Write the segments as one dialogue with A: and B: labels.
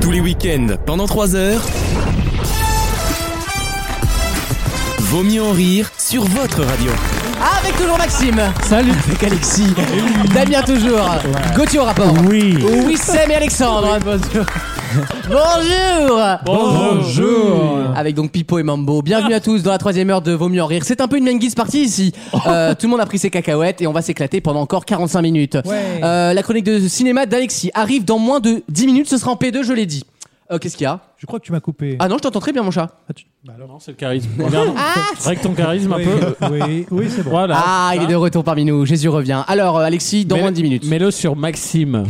A: Tous les week-ends, pendant 3 heures. Vaut mieux en rire sur votre radio.
B: Avec toujours Maxime,
C: Salut
B: avec Alexis, Damien toujours, Gauthier au rapport,
C: Oui
B: Wissem et Alexandre. Bonjour
C: Bonjour
B: Avec donc Pipo et Mambo. Bienvenue à tous dans la troisième heure de Vaut mieux en rire. C'est un peu une Menguise partie ici.
C: Oh.
B: Euh, tout le monde a pris ses cacahuètes et on va s'éclater pendant encore 45 minutes. Euh, la chronique de cinéma d'Alexis arrive dans moins de 10 minutes. Ce sera en P2, je l'ai dit. Euh, Qu'est-ce qu'il y a
C: Je crois que tu m'as coupé.
B: Ah non, je t'entends très bien, mon chat.
C: Ah, tu- bah alors.
D: Non, c'est le charisme. Oh, Regarde, règle ton charisme un peu.
C: Oui, oui, oui, c'est bon.
D: Voilà.
B: Ah, il est de retour parmi nous. Jésus revient. Alors, euh, Alexis, dans
D: Mets-le-
B: moins de 10 minutes.
D: Mets-le sur Maxime.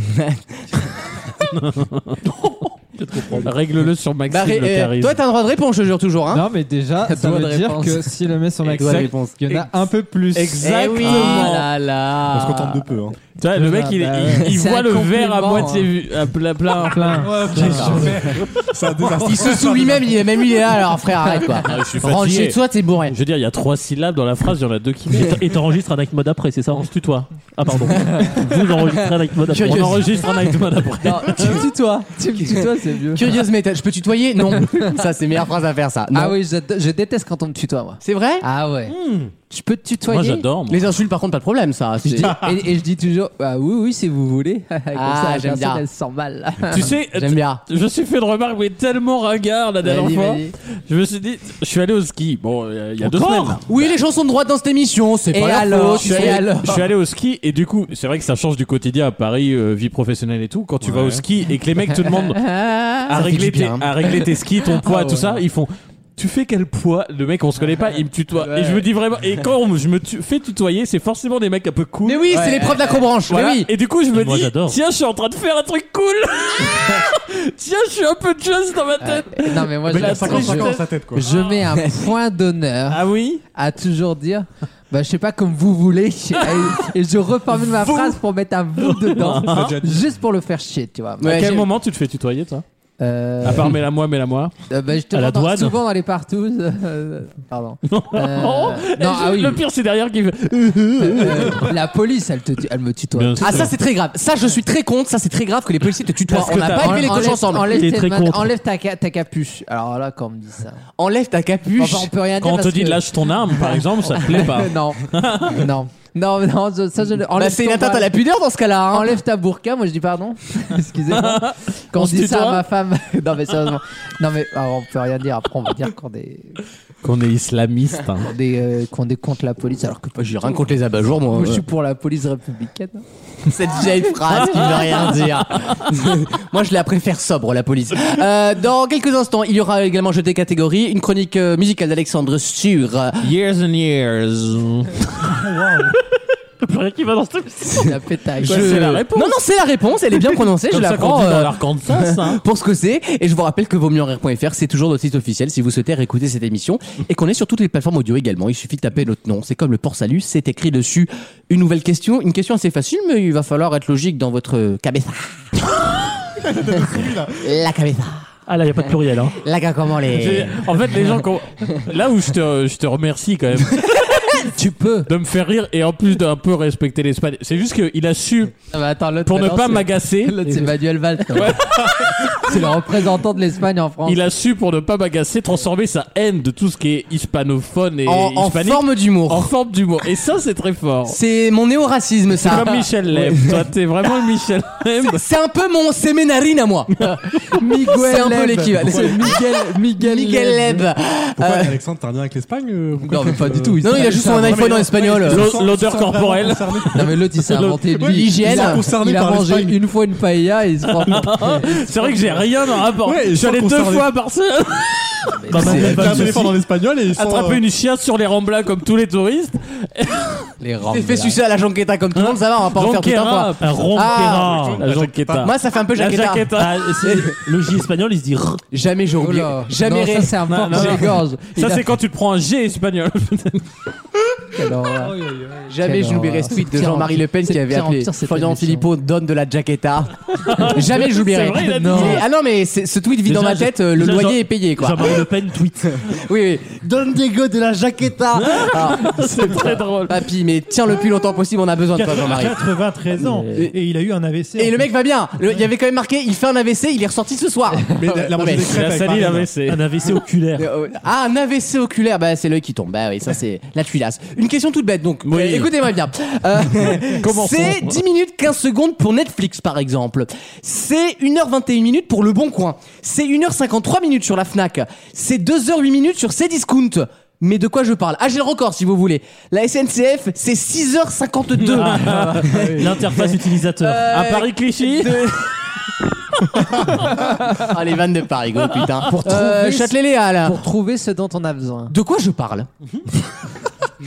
D: Règle-le sur Maxime,
B: Bah, ré-
D: le
B: euh,
D: charisme.
B: toi, t'as un droit de réponse, je jure toujours. Hein
E: Non, mais déjà, ça
B: Doigt de
E: veut dire
B: réponse.
E: que si le met sur
B: Doigt de
E: Maxime,
B: réponse.
E: il y en a un peu plus.
B: Eh oui.
D: Exactement.
B: Ah là là.
F: On se contente de peu. Hein.
D: Tu vois, le mec, il,
E: bah,
D: il- il
B: C'est
D: voit
B: un
D: le verre à
B: compliment,
D: moitié
B: hein.
D: vu, à pla- plein.
E: Plein.
C: Ouais, ok, super.
F: C'est un désastre.
B: Il se souvient même, il est même il est là, alors frère, arrête quoi.
D: Ah, je suis
B: Rentre
D: fatigué.
B: chez toi, t'es bourré.
D: Je veux dire, il y a trois syllabes dans la phrase, il y en a deux qui mettent.
G: Et t'enregistres un mode après, c'est ça On se tutoie. Ah, pardon. Vous enregistrez un mode après.
B: Curieux.
D: On enregistre un mode après.
B: Non, tu me tutoies. Tu me tutoies.
E: Toi, c'est vieux.
B: Curieuse méthode. Je peux tutoyer Non. Ça, c'est meilleure phrase à faire, ça. Non.
H: Ah oui, j'ado- je déteste quand on me tutoie, moi.
B: C'est vrai
H: Ah ouais. Je peux te tutoyer.
D: Moi, j'adore. moi.
B: Les insultes, par contre, pas de problème, ça.
H: Je
B: C'est-
H: dis- et, et je dis toujours, bah oui, oui, si vous voulez. Comme
B: Ah,
H: ça, la
B: j'aime
H: personne,
B: bien.
H: elle se sent mal.
D: Tu sais,
B: J'aime bien.
D: je me suis fait une remarque, mais tellement ringard la dernière
H: Vas-y,
D: fois.
H: vas-y.
D: Je me suis dit, je suis allé au ski. Bon, euh, il y a deux
B: Encore
D: semaines.
B: Oui, les gens sont de droite dans cette émission. C'est
H: Et
B: pas la
H: alors
B: faute.
D: Je suis,
B: c'est-
D: allé, je suis allé au ski et du coup, c'est vrai que ça change du quotidien à Paris, euh, vie professionnelle et tout. Quand tu vas au ski et que les mecs te demandent à,
B: fait du
D: régler tes,
B: bien. Ah
D: à régler tes skis, ton poids, tout ça, ils font. Tu fais quel poids Le mec, on se connaît pas, il me tutoie. Et je me dis vraiment. Et quand on- je me tu- fais tutoyer, c'est forcément des mecs un peu cool.
B: Mais oui, c'est l'épreuve d'acrobranche.
D: Voilà.
B: Mais oui.
D: Et du coup, je me
G: Moi,
D: dis,
G: j'adore.
D: tiens, je suis en train de faire un truc cool. tiens, je suis un peu just dans ma tête.
H: non, mais moi,
F: Mais il
H: je,
F: a
H: je,
F: 55 ans dans sa tête, quoi.
H: je mets un point d'honneur
D: Ah oui
H: à toujours dire, bah je sais pas comme vous voulez. Et, et je reformule ma phrase pour mettre un vous dedans. juste pour le faire chier, tu vois.
B: Ouais,
D: À quel
B: j'ai-
D: moment tu te fais tutoyer, toi
H: Euh,
D: À part mets-la moi, mets-la moi.
H: euh, bah, je te
G: à la
H: vois dans-
G: douane.
H: souvent dans les partous. euh, pardon. Euh,
D: Oh, et
H: non,
D: je-
H: ah oui.
D: Le pire, c'est derrière qui fait.
H: Euh, la police, elle, te, tu- elle me tutoie.
G: Bien
B: Ah, ça, c'est très grave. Ça, je suis très contre. Ça, c'est très grave que les policiers te tutoient.
D: Parce
B: On
D: que
B: n'a
D: t'as-
B: pas élevé les
H: enlève,
B: cochons ensemble.
H: enlève
G: Il est
H: tes
G: très
H: man-
G: contre.
H: enlève ta, ca- ta capuche. Alors là, quand on me dit ça.
B: Enlève ta capuche.
H: Enfin, on peut rien
D: Quand
H: dire.
D: on te
H: parce
D: dit
H: que-
D: lâche ton arme, par exemple, ça te plaît pas.
H: non. non. Non, non, je- ça je le-
B: Bah,
H: enlève
B: c'est une
H: ton
B: atteinte
H: bras-
B: à la pudeur dans ce cas-là. hein.
H: Enlève ta burqa, moi je dis pardon. Excusez-moi. Quand
D: On
H: on
D: se
H: dit ça
D: tutoie
H: à ma femme. non, mais sérieusement. Non, mais alors, on peut rien dire. Après, on va dire qu'on est,
D: Qu'on est islamiste.
H: qu'on est, euh, qu'on est contre la police. Alors que
B: Bah, J'ai rien contre les abat-jours, moi.
H: moi je suis pour la police républicaine.
B: Cette vieille phrase qui ne veut rien dire. Moi, je la préfère sobre, la police. Euh, dans quelques instants, il y aura également jeu des catégories, une chronique euh, musicale d'Alexandre sur. euh,
D: Years and years.
G: Rien qui va dans cette
H: La pétaille.
D: Je- c'est la réponse.
B: Non, non, c'est la réponse. Elle est bien prononcée. je
D: Comme
B: la
D: ça qu'on
B: prends
D: dit dans
B: euh,
D: l'Arkansas. hein.
B: pour ce que c'est. Et je vous rappelle que vaut mieux en rire.fr, c'est toujours notre site officiel si vous souhaitez réécouter cette émission. Et qu'on est sur toutes les plateformes audio également. Il suffit de taper notre nom. C'est comme le port salut. C'est écrit dessus. Une nouvelle question. Une question assez facile, mais il va falloir être logique dans votre cabeza. la cabeza.
G: Ah là, y a pas de pluriel. Hein.
B: La ca- comment les.
D: J'ai- En fait, les gens, qu'on- là où je te, je te remercie quand même
H: Tu peux.
D: de me faire rire et en plus d'un peu respecter l'Espagne, c'est juste qu'il a su,
H: Ah, bah, attends, l'autre,
D: pour ne
H: maintenant,
D: pas
H: c'est-
D: m'agacer,
H: L'autre, c'est Manuel Valls. quand même. c'est le représentant de l'Espagne en France.
D: il a su, pour ne pas m'agacer, transformer sa haine de tout ce qui est hispanophone et
B: En, en
D: hispanique
B: forme
D: en
B: d'humour.
D: forme d'humour. Et ça, c'est très fort.
B: C'est mon néo-racisme,
D: C'est
B: ça.
D: comme Michel Lem. Toi, t'es vraiment le Michel Lem.
B: C'est un peu mon séménarine à moi.
H: Miguel
B: C'est un peu
H: Leb.
B: l'équivalent.
H: C'est Miguel, Miguel,
B: Miguel Leb.
F: Pourquoi
B: Euh,
F: Alexandre, t'as un lien avec l'l'Espagne euh, pourquoi
H: Non, mais pas du
F: Euh,
H: tout.
B: non, il a juste son iPhone en espagnol.
D: L'o- L'odeur corporelle.
H: Non, mais l'autre, il s'est inventé lui.
B: Oui, l'hygiène.
H: Il a,
F: Concerné
H: il a
F: par
H: mangé
F: l'Espagne.
H: une fois une paella et il se prend.
D: C'est vrai que j'ai rien en rapport.
F: Ouais,
D: je suis
F: sans
D: allé deux
F: concerner.
D: fois à Barcelone
G: Bah, bah,
F: Il
G: bah,
F: a un téléphone en espagnol et sans,
D: attraper
F: euh,
D: une chiasse sur les remblats comme tous les touristes.
H: Les
B: T'es fait sucer à la jonqueta comme tout le monde, ça va, on va pas en faire tout un
D: Jonquera,
B: quoi.
G: un
B: Ah,
G: ronquera.
D: la Jonqueta.
B: Moi, ça fait un peu
D: La
B: jaqueta.
D: jaqueta.
G: Ah, c'est- le J espagnol, il se dit. r.
B: Jamais j'aurais oublié. Jamais
H: Oh non,
B: ré-
H: ça c'est un
D: Non,
H: porc
D: non,
H: dans
D: non.
H: la gorge. Il
D: Ça,
H: a-
D: c'est quand tu te prends un G espagnol.
I: Quelle horreur.
J: Aïe, aïe, aïe.
B: Jamais
I: Quelle
B: je n'oublierai
I: horreur.
B: ce tweet de
I: C'est
B: Jean-Marie
I: pire en
B: Le Pen
I: pire.
B: qui avait
I: C'est pire en
B: appelé
I: pire, cette
B: Florian
I: émission.
B: Philippot donne de la jaqueta. Jamais je l'oublierai.
K: C'est vrai, il a dit
B: Non.
K: ça.
B: Mais- Ah non, mais c'est- ce tweet vit
K: Déjà,
B: dans ma
K: je-
B: tête, euh, le
K: déjà,
B: loyer
K: Jean-
B: est payé quoi.
K: Jean-Marie Le Pen tweet.
B: Oui, oui. Donne des go de la jaqueta. Alors,
K: C'est très drôle.
B: Papy, mais tiens le plus longtemps possible, on a besoin de toi Jean-Marie.
J: 93 ans.
K: Mais-
J: Et il a eu un AVC.
B: Et le mec va bien. Le- Il y avait quand même marqué, il fait un AVC, il est ressorti ce soir.
F: Mais la- la
B: Non,
F: moitié
B: mais-
F: des crêpes avec Marine.
K: Un AVC oculaire.
B: Euh, euh, Ah, un AVC oculaire, bah c'est l'œil qui tombe. Bah oui, ça c'est la tuilasse. Une question toute bête donc.
K: Oui.
B: Euh, Écoutez-moi bien. Euh,
K: Commençons.
B: c'est 10 minutes 15 secondes pour Netflix par exemple. C'est 1h21 minutes pour Le Bon Coin. C'est 1h53 minutes sur la Fnac. C'est 2h08 minutes sur Cdiscount. Mais de quoi je parle Ah, j'ai le record si vous voulez. La SNCF, c'est 6h52.
D: Ah.
K: L'interface utilisateur.
B: Euh,
K: À Paris Clichy.
B: Ah, les vannes de Paris, gros putain.
I: Pour
B: Euh,
I: trouver-
B: Châtelet-Léal.
I: Pour trouver ce dont on a besoin.
B: De quoi je parle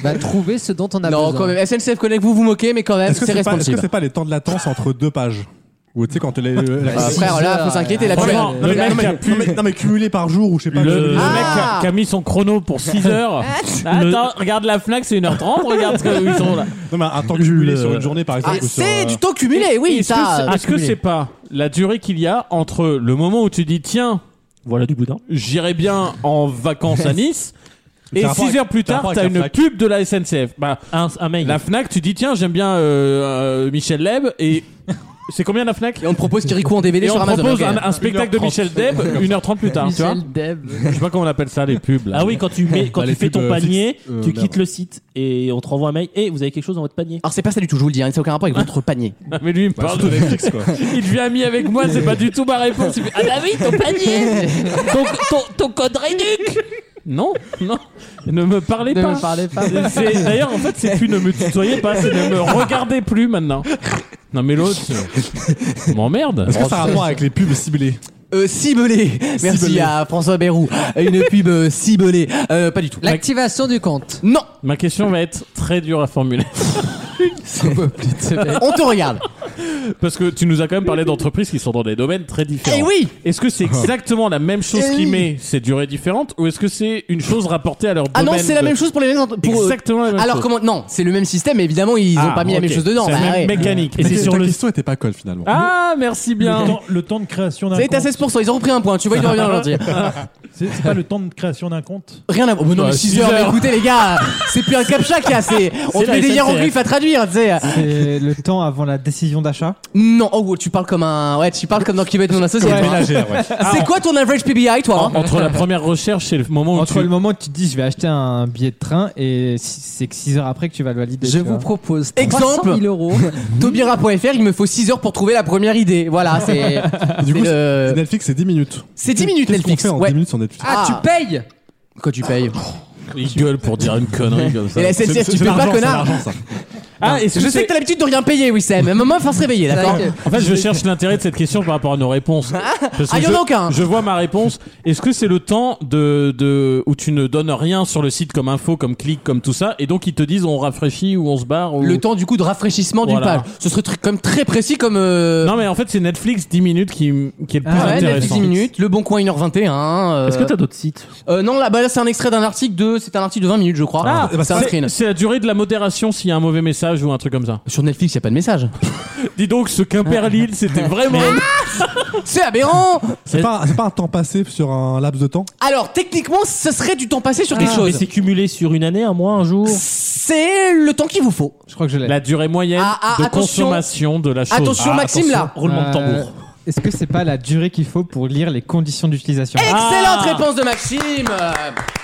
I: Bah, trouver ce dont on a
B: Non,
I: besoin.
B: quand même. SNCF Connect, vous vous moquez, mais quand même,
F: Est-ce que
B: c'est
F: c'est pas, est-ce
B: responsable.
F: que c'est pas les temps de latence entre deux pages Ou tu sais, quand les. la-
B: Euh, frère, là, faut s'inquiéter, la
K: Franchement,
B: tuile.
K: le mec
F: non,
K: qui a
F: mais, non,
K: pu.
F: mais, non, mais cumulé par jour ou je sais pas.
K: Le,
F: je-
K: le
B: Ah.
K: mec qui a, qui a mis son chrono pour 6 heures. Le-
D: Attends, regarde la Fnac, c'est 1h30, regarde ce qu'ils sont là.
F: Non, mais un temps cumulé
K: le-
F: sur une journée par
B: Ah,
F: exemple. ou sur,
B: c'est
F: euh,
B: du temps cumulé, oui,
D: Est-ce que
B: ça.
D: c'est-
B: euh,
D: Est-ce que c'est pas la durée qu'il y a entre le moment où tu dis tiens,
K: Voilà du boudin.
D: j'irai bien en vacances à Nice et
F: T'as rapport
D: 6 heures plus
F: t'as
D: tard,
F: rapport
D: t'as
F: avec la
D: une
F: Fnac.
D: pub de la SNCF. Bah,
K: Un, un mail.
D: la Fnac, tu dis tiens, j'aime bien euh, euh, Michel Leb et. C'est combien la Fnac
B: Et on te propose Kirikou en DVD
D: Et
B: sur
D: on
B: Amazon.
D: propose
B: ok.
D: un, un spectacle de
F: 1h30.
D: Michel Deb 1h30 plus tard, tu vois.
I: Michel Deb.
D: Je sais pas comment on appelle ça, les pubs. là.
K: Ah oui, quand tu, mets, quand
F: Bah,
K: tu
F: les
K: fais
F: pubs,
K: ton
F: euh,
K: panier,
F: fixe, euh,
K: tu
F: merde.
K: quittes le site et on te renvoie un mail. Et vous avez quelque chose dans votre panier.
B: Alors c'est pas ça du tout, je vous le dis, hein, ça n'a aucun rapport avec votre panier.
D: Mais lui, il me parle de Netflix, quoi. Il devient ami avec moi, c'est pas du tout ma réponse. Il fait, ah bah oui, ton panier ton, ton- ton code réduc Non, non, ne me parlez
I: Ne
D: pas.
I: me parlez pas.
D: C'est- D'ailleurs, en fait, c'est plus ne me tutoyez pas, c'est ne me regardez plus maintenant. Non, mais l'autre, c'est- m'emmerde.
F: Est-ce que ça a rapport avec les pubs ciblées
B: Euh, ciblé Merci
F: Ciblé.
B: à François Bérou. Une pub euh, ciblée. Euh, pas du tout.
I: L'activation du compte.
B: Non
D: Ma question va être très dure à formuler.
B: On te regarde
D: Parce que tu nous as quand même parlé d'entreprises qui sont dans des domaines très différents.
B: Eh oui
D: Est-ce que c'est exactement la même chose
B: Eh
D: qui met ces durées différentes ou est-ce que c'est une chose rapportée à leur
B: Ah
D: domaine
B: non, c'est la
D: de-
B: même chose pour les mêmes entre- pour, euh,
D: Exactement la même
B: Alors
D: chose.
B: comment Non, c'est le même système, mais évidemment, ils ont
D: Ah,
B: pas mis la même
D: ok.
B: chose dedans.
D: C'est
B: Bah,
D: la
B: ouais.
D: même mécanique. Et
F: Mais
D: c'est
F: ta-
D: sur
F: ta
D: le.
F: question était pas colle finalement.
D: Ah, merci
J: Le
D: bien.
J: temps- Le temps de création d'un
B: Ça y est, t'as
J: compte.
B: 16%, ils ont repris un point, tu vois, ils doivent rien leur dire.
J: C'est c'est pas le temps de création d'un compte
B: Rien à voir. Oh, non, mais 6
D: six
B: heures, mais
D: heures.
B: écoutez les gars, c'est plus un captcha qu'il y a, c'est. On
K: C'est la
B: fait des
K: SNCF.
B: hiéroglyphes à traduire, tu sais.
H: C'est le temps avant la décision d'achat.
B: Non, oh, tu parles comme un. Ouais, tu parles comme dans Qui veut être mon associé. toi. hein.
F: Ménagère, ouais.
B: C'est quoi ton average PBI, toi hein
D: Entre la première recherche et le moment où
H: Entre
D: Oh, tu.
H: le moment où tu te dis je vais acheter un billet de train et si- c'est que 6 heures après que tu vas le valider.
I: Je
H: tu
I: vous
H: vois.
I: propose
B: Exemple.
I: 300 000 euros.
B: Tobira.fr, il me faut 6 heures pour trouver la première idée. Voilà, c'est. c'est
F: Du coup,
B: le-
F: Euh, Netflix, c'est 10 minutes.
B: C'est 10 minutes
F: Qu'est-ce qu'on
B: Netflix.
F: fait en
B: ouais.
F: 10 minutes sur Netflix.
I: Ah,
B: Ah.
I: tu payes
B: Quand tu payes.
D: Il gueule pour dire une connerie comme ça.
B: Et la
F: C'est-
B: SNCF,
F: c'est-
B: tu
F: c'est
B: payes pas,
F: l'argent, c'est
B: connard
F: l'argent, ça.
D: Ah, est-ce
B: Je sais que t'as l'habitude de rien payer, Wissem. Mais à un moment, il faut se réveiller,
I: C'est
B: d'accord
I: vrai que-
D: En fait, je cherche l'intérêt de cette question par rapport à nos réponses. Parce
B: Ah,
D: que
B: y'en
D: je-
B: a aucun.
D: Je vois ma réponse. Est-ce que c'est le temps de, de où tu ne donnes rien sur le site comme info, comme clic, comme tout ça, et donc ils te disent on rafraîchit ou on se barre ou...
B: Le temps du coup de rafraîchissement
D: Voilà.
B: d'une page. Ce serait tr- comme très précis comme. euh, Ah
D: Non mais en fait c'est Netflix 10 minutes qui, m- qui est le plus
B: ouais, Netflix
D: intéressant.
B: 10 minutes, Le Bon Coin 1h21. euh,
K: Est-ce que t'as d'autres sites
B: euh, non, là, bah, là c'est un extrait d'un article de. C'est un article de 20 minutes, je crois.
D: Ah,
B: c'est un
D: c'est-
B: screen.
D: c'est la durée de la modération s'il y a un mauvais message ou un truc comme ça. Ah.
B: Sur Netflix, il a pas de message.
D: Dis donc ce Quimper-Lille c'était vraiment...
B: c'est aberrant
F: C'est pas, c'est pas un temps passé sur un laps de temps
B: Alors, techniquement, ce serait du temps passé
D: Ah,
B: sur quelque
K: Mais
B: chose.
K: c'est cumulé sur une année, un mois, un jour.
B: C'est le temps qu'il vous faut.
H: Je crois que je l'ai.
D: La durée moyenne
B: Ah, ah,
D: de
B: attention.
D: consommation de la chose.
B: Attention, Maxime, là.
K: Roulement de
H: Euh,
K: tambour.
H: Est-ce que c'est pas la durée qu'il faut pour lire les conditions d'utilisation
B: Eh, Excellente réponse de Maxime Euh,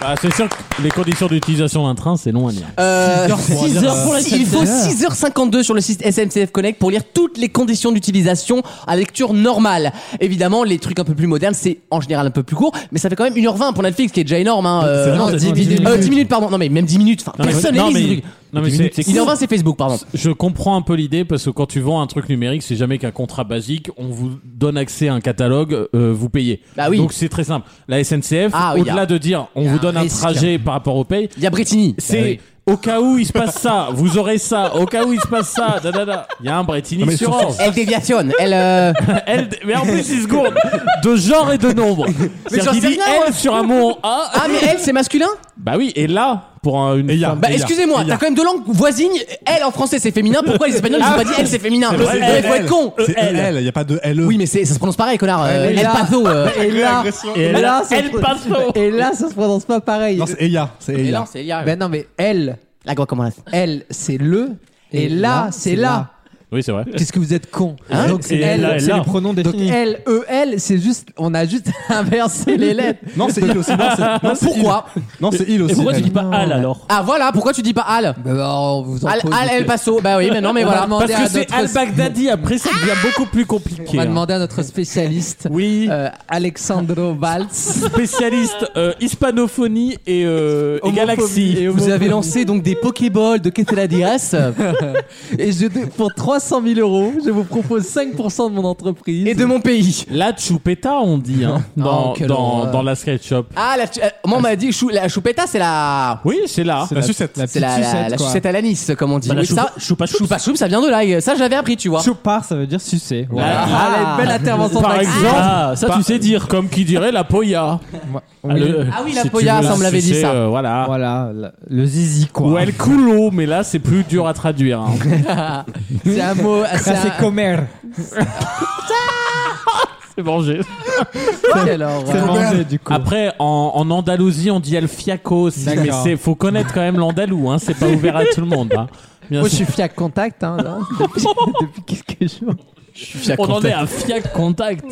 D: Bah, c'est sûr que les conditions d'utilisation d'un train c'est long à lire.
B: euh,
K: pour
B: six
K: la
B: heures pour la
K: SNCF.
B: Il faut 6h52 sur le site SNCF Connect pour lire toutes les conditions d'utilisation à lecture normale. Évidemment, les trucs un peu plus modernes, c'est en général un peu plus court, mais ça fait quand même 1h20 pour Netflix, qui est déjà énorme. Hein, euh,
F: C'est
B: non,
F: vraiment-
B: 10,
H: dix minutes.
B: euh, 10 minutes, pardon. Non, mais même 10 minutes. Enfin,
D: Non, mais-
B: personne
D: non,
B: ne lit
D: mais-
B: ce truc.
D: non, mais
B: 10
D: c'est-
B: minutes, c'est 1h20, c'est Facebook, pardon.
D: Je comprends un peu l'idée parce que quand tu vends un truc numérique, c'est jamais qu'un contrat basique. On vous donne accès à un catalogue, euh, vous payez.
B: Bah oui.
D: Donc c'est très simple. La SNCF,
B: Ah oui, y
D: au-delà
B: a-
D: de dire on
B: y a
D: vous
B: un
D: donne un
B: risque.
D: trajet par rapport au paye,
B: Il y a Bretigny.
D: c'est
B: Bah oui.
D: au cas où il se passe ça, vous aurez ça. Au cas où il se passe ça, da, da, da. Il y a un Bretigny
F: Non, mais
D: sur
F: sur-
D: Orge.
B: Elle déviationne. Elle. euh,
D: Elle- mais en plus il se gourde de genre et de nombre.
B: j'en
D: C'est-à-dire qu'il
B: sais
D: dit
B: rien, moi.
D: elle sur un mot en A.
B: Ah, mais elle, c'est masculin
D: Bah oui. Et là, pour un- une
F: Et il y a-
D: femme.
B: Bah
F: Et
B: excusez-moi,
F: il y a-
B: t'as quand même deux langues voisines. Elle en français c'est féminin. Pourquoi les Espagnols ils ont pas dit elle c'est féminin
F: C'est vrai,
B: Eh,
F: il y a
B: faut
F: L.
B: être con.
J: Euh,
F: C'est EL, il n'y a pas de E. LE.
B: Oui mais c'est- ça se prononce pareil connard. euh,
H: Elle est
B: El
H: là.
B: Paso. euh.
H: Ah, Et là,
D: Et elle,
H: là, ça
D: elle
H: se-
D: passe au-
H: et là, ça se prononce pas pareil.
F: Non, c'est EIA. C'est E
B: Et non
F: EIA.
B: c'est Elia.
H: Ben non, mais elle,
B: La gueule comment
H: elle, c'est le. Et, là, c'est là.
D: Oui, c'est vrai.
H: Qu'est-ce que vous êtes con Donc c'est
D: Hein Et
H: elle,
D: là, et
H: c'est
D: là.
H: les pronoms définis. Donc L, E, L, c'est juste, on a juste inversé les lettres.
F: Non, c'est IL aussi. Non, c'est- non, c'est il.
B: Pourquoi
F: Non, c'est il aussi.
D: Et pourquoi tu
F: elle.
D: dis pas Al alors
B: Ah voilà pourquoi tu dis pas Al
H: Bah, bah, on vous en
B: Al,
H: pose
B: Al
H: des-
B: El Paso. Bah oui mais non mais
H: On va
B: voilà.
H: demander
D: Parce
H: à
D: que c'est
H: notre-
D: Al Baghdadi, après ça devient beaucoup plus compliqué.
H: On va
D: hein.
H: demander à notre spécialiste,
D: Oui,
H: euh, Alexandro Valls.
D: spécialiste euh, hispanophonie et, euh, et galaxie.
B: Vous avez lancé donc des Pokéballs de Ketela Diaz
H: Et je, pour 300 000 euros, je vous propose 5% de mon entreprise.
B: et de mon pays.
D: La chupeta, on dit, hein, dans,
H: Oh, quelle
D: dans,
H: horreur.
D: dans la sketch shop.
B: Ah la, chu- euh, moi on m'a dit chou- la choupetta c'est la
D: Oui, c'est là.
F: C'est la sucette.
B: c'est la, la- la sucette à l'anis comme on dit.
D: Bah, la
B: Oui, ça,
D: choupa- choupa choups.
B: choupa choup ça vient de là. et Ça j'avais appris tu vois.
L: Choupard, ça veut dire sucer. Voilà.
D: Ah,
H: Ah, elle a une belle intervention
D: Par
H: d'Alexis.
D: exemple, ah, ça tu sais dire, comme qui dirait la poya.
L: Oui.
B: Ah oui, la poya,
D: tu veux
B: ça, on me l'avait dit,
D: sucer,
B: ça.
D: euh, voilà.
L: Voilà, la- le zizi quoi.
D: Ou el culo, mais là c'est plus dur à traduire. hein.
H: C'est un mot. C'est
L: Ça
H: un...
L: c'est comer.
D: c'est mangé.
H: Quelle horreur.
L: C'est
B: hein.
L: manger du coup.
D: Après, en, en Andalousie, on dit el fiaco. aussi,
L: D'accord.
D: Mais c'est faut connaître quand même l'andalou. Hein, c'est pas ouvert à tout le monde. hein. Bien
H: Moi, je
D: sûr.
H: suis fiac contact. Hein, là, depuis, depuis quelques jours.
D: on en est à fiac contact.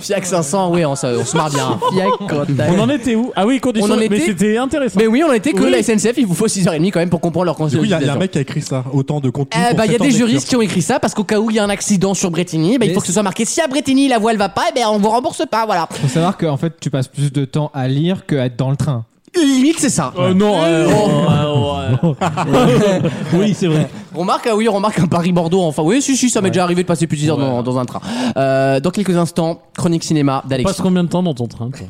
B: Fiac 500 oui on, se- on se marre bien.
H: Fiac contact.
D: On en était où Ah oui, condition.
B: On en
D: Mais
B: était-
D: c'était intéressant.
B: Mais oui on était que
D: Oui.
B: la SNCF il vous faut 6h30 quand même pour comprendre leur
F: Du
B: concept.
F: coup, il y, a- il y a un mec qui a écrit ça. Autant de contenu.
B: Eh
F: pour
B: bah, il y a
F: sept
B: des
F: heures d'écriture.
B: juristes qui ont écrit ça parce qu'au cas où il y a un accident sur Bretigny, bah, il
H: Mais
B: faut que ce
H: c'est-
B: soit marqué si à Bretigny la voile va pas, eh ben on vous rembourse pas, voilà.
L: Faut savoir qu'en fait tu passes plus de temps à lire qu'à être dans le train.
B: Limite, c'est ça.
D: Euh, non. euh, oh, ouais, ouais. oui, c'est vrai.
B: Remarque, ah oui, remarque un Paris-Bordeaux, enfin. Oui, si, si, ça m'est déjà arrivé de passer plusieurs heures dans, dans un train. Euh, dans quelques instants, chronique cinéma d'Alex.
D: Passe combien de temps dans ton train toi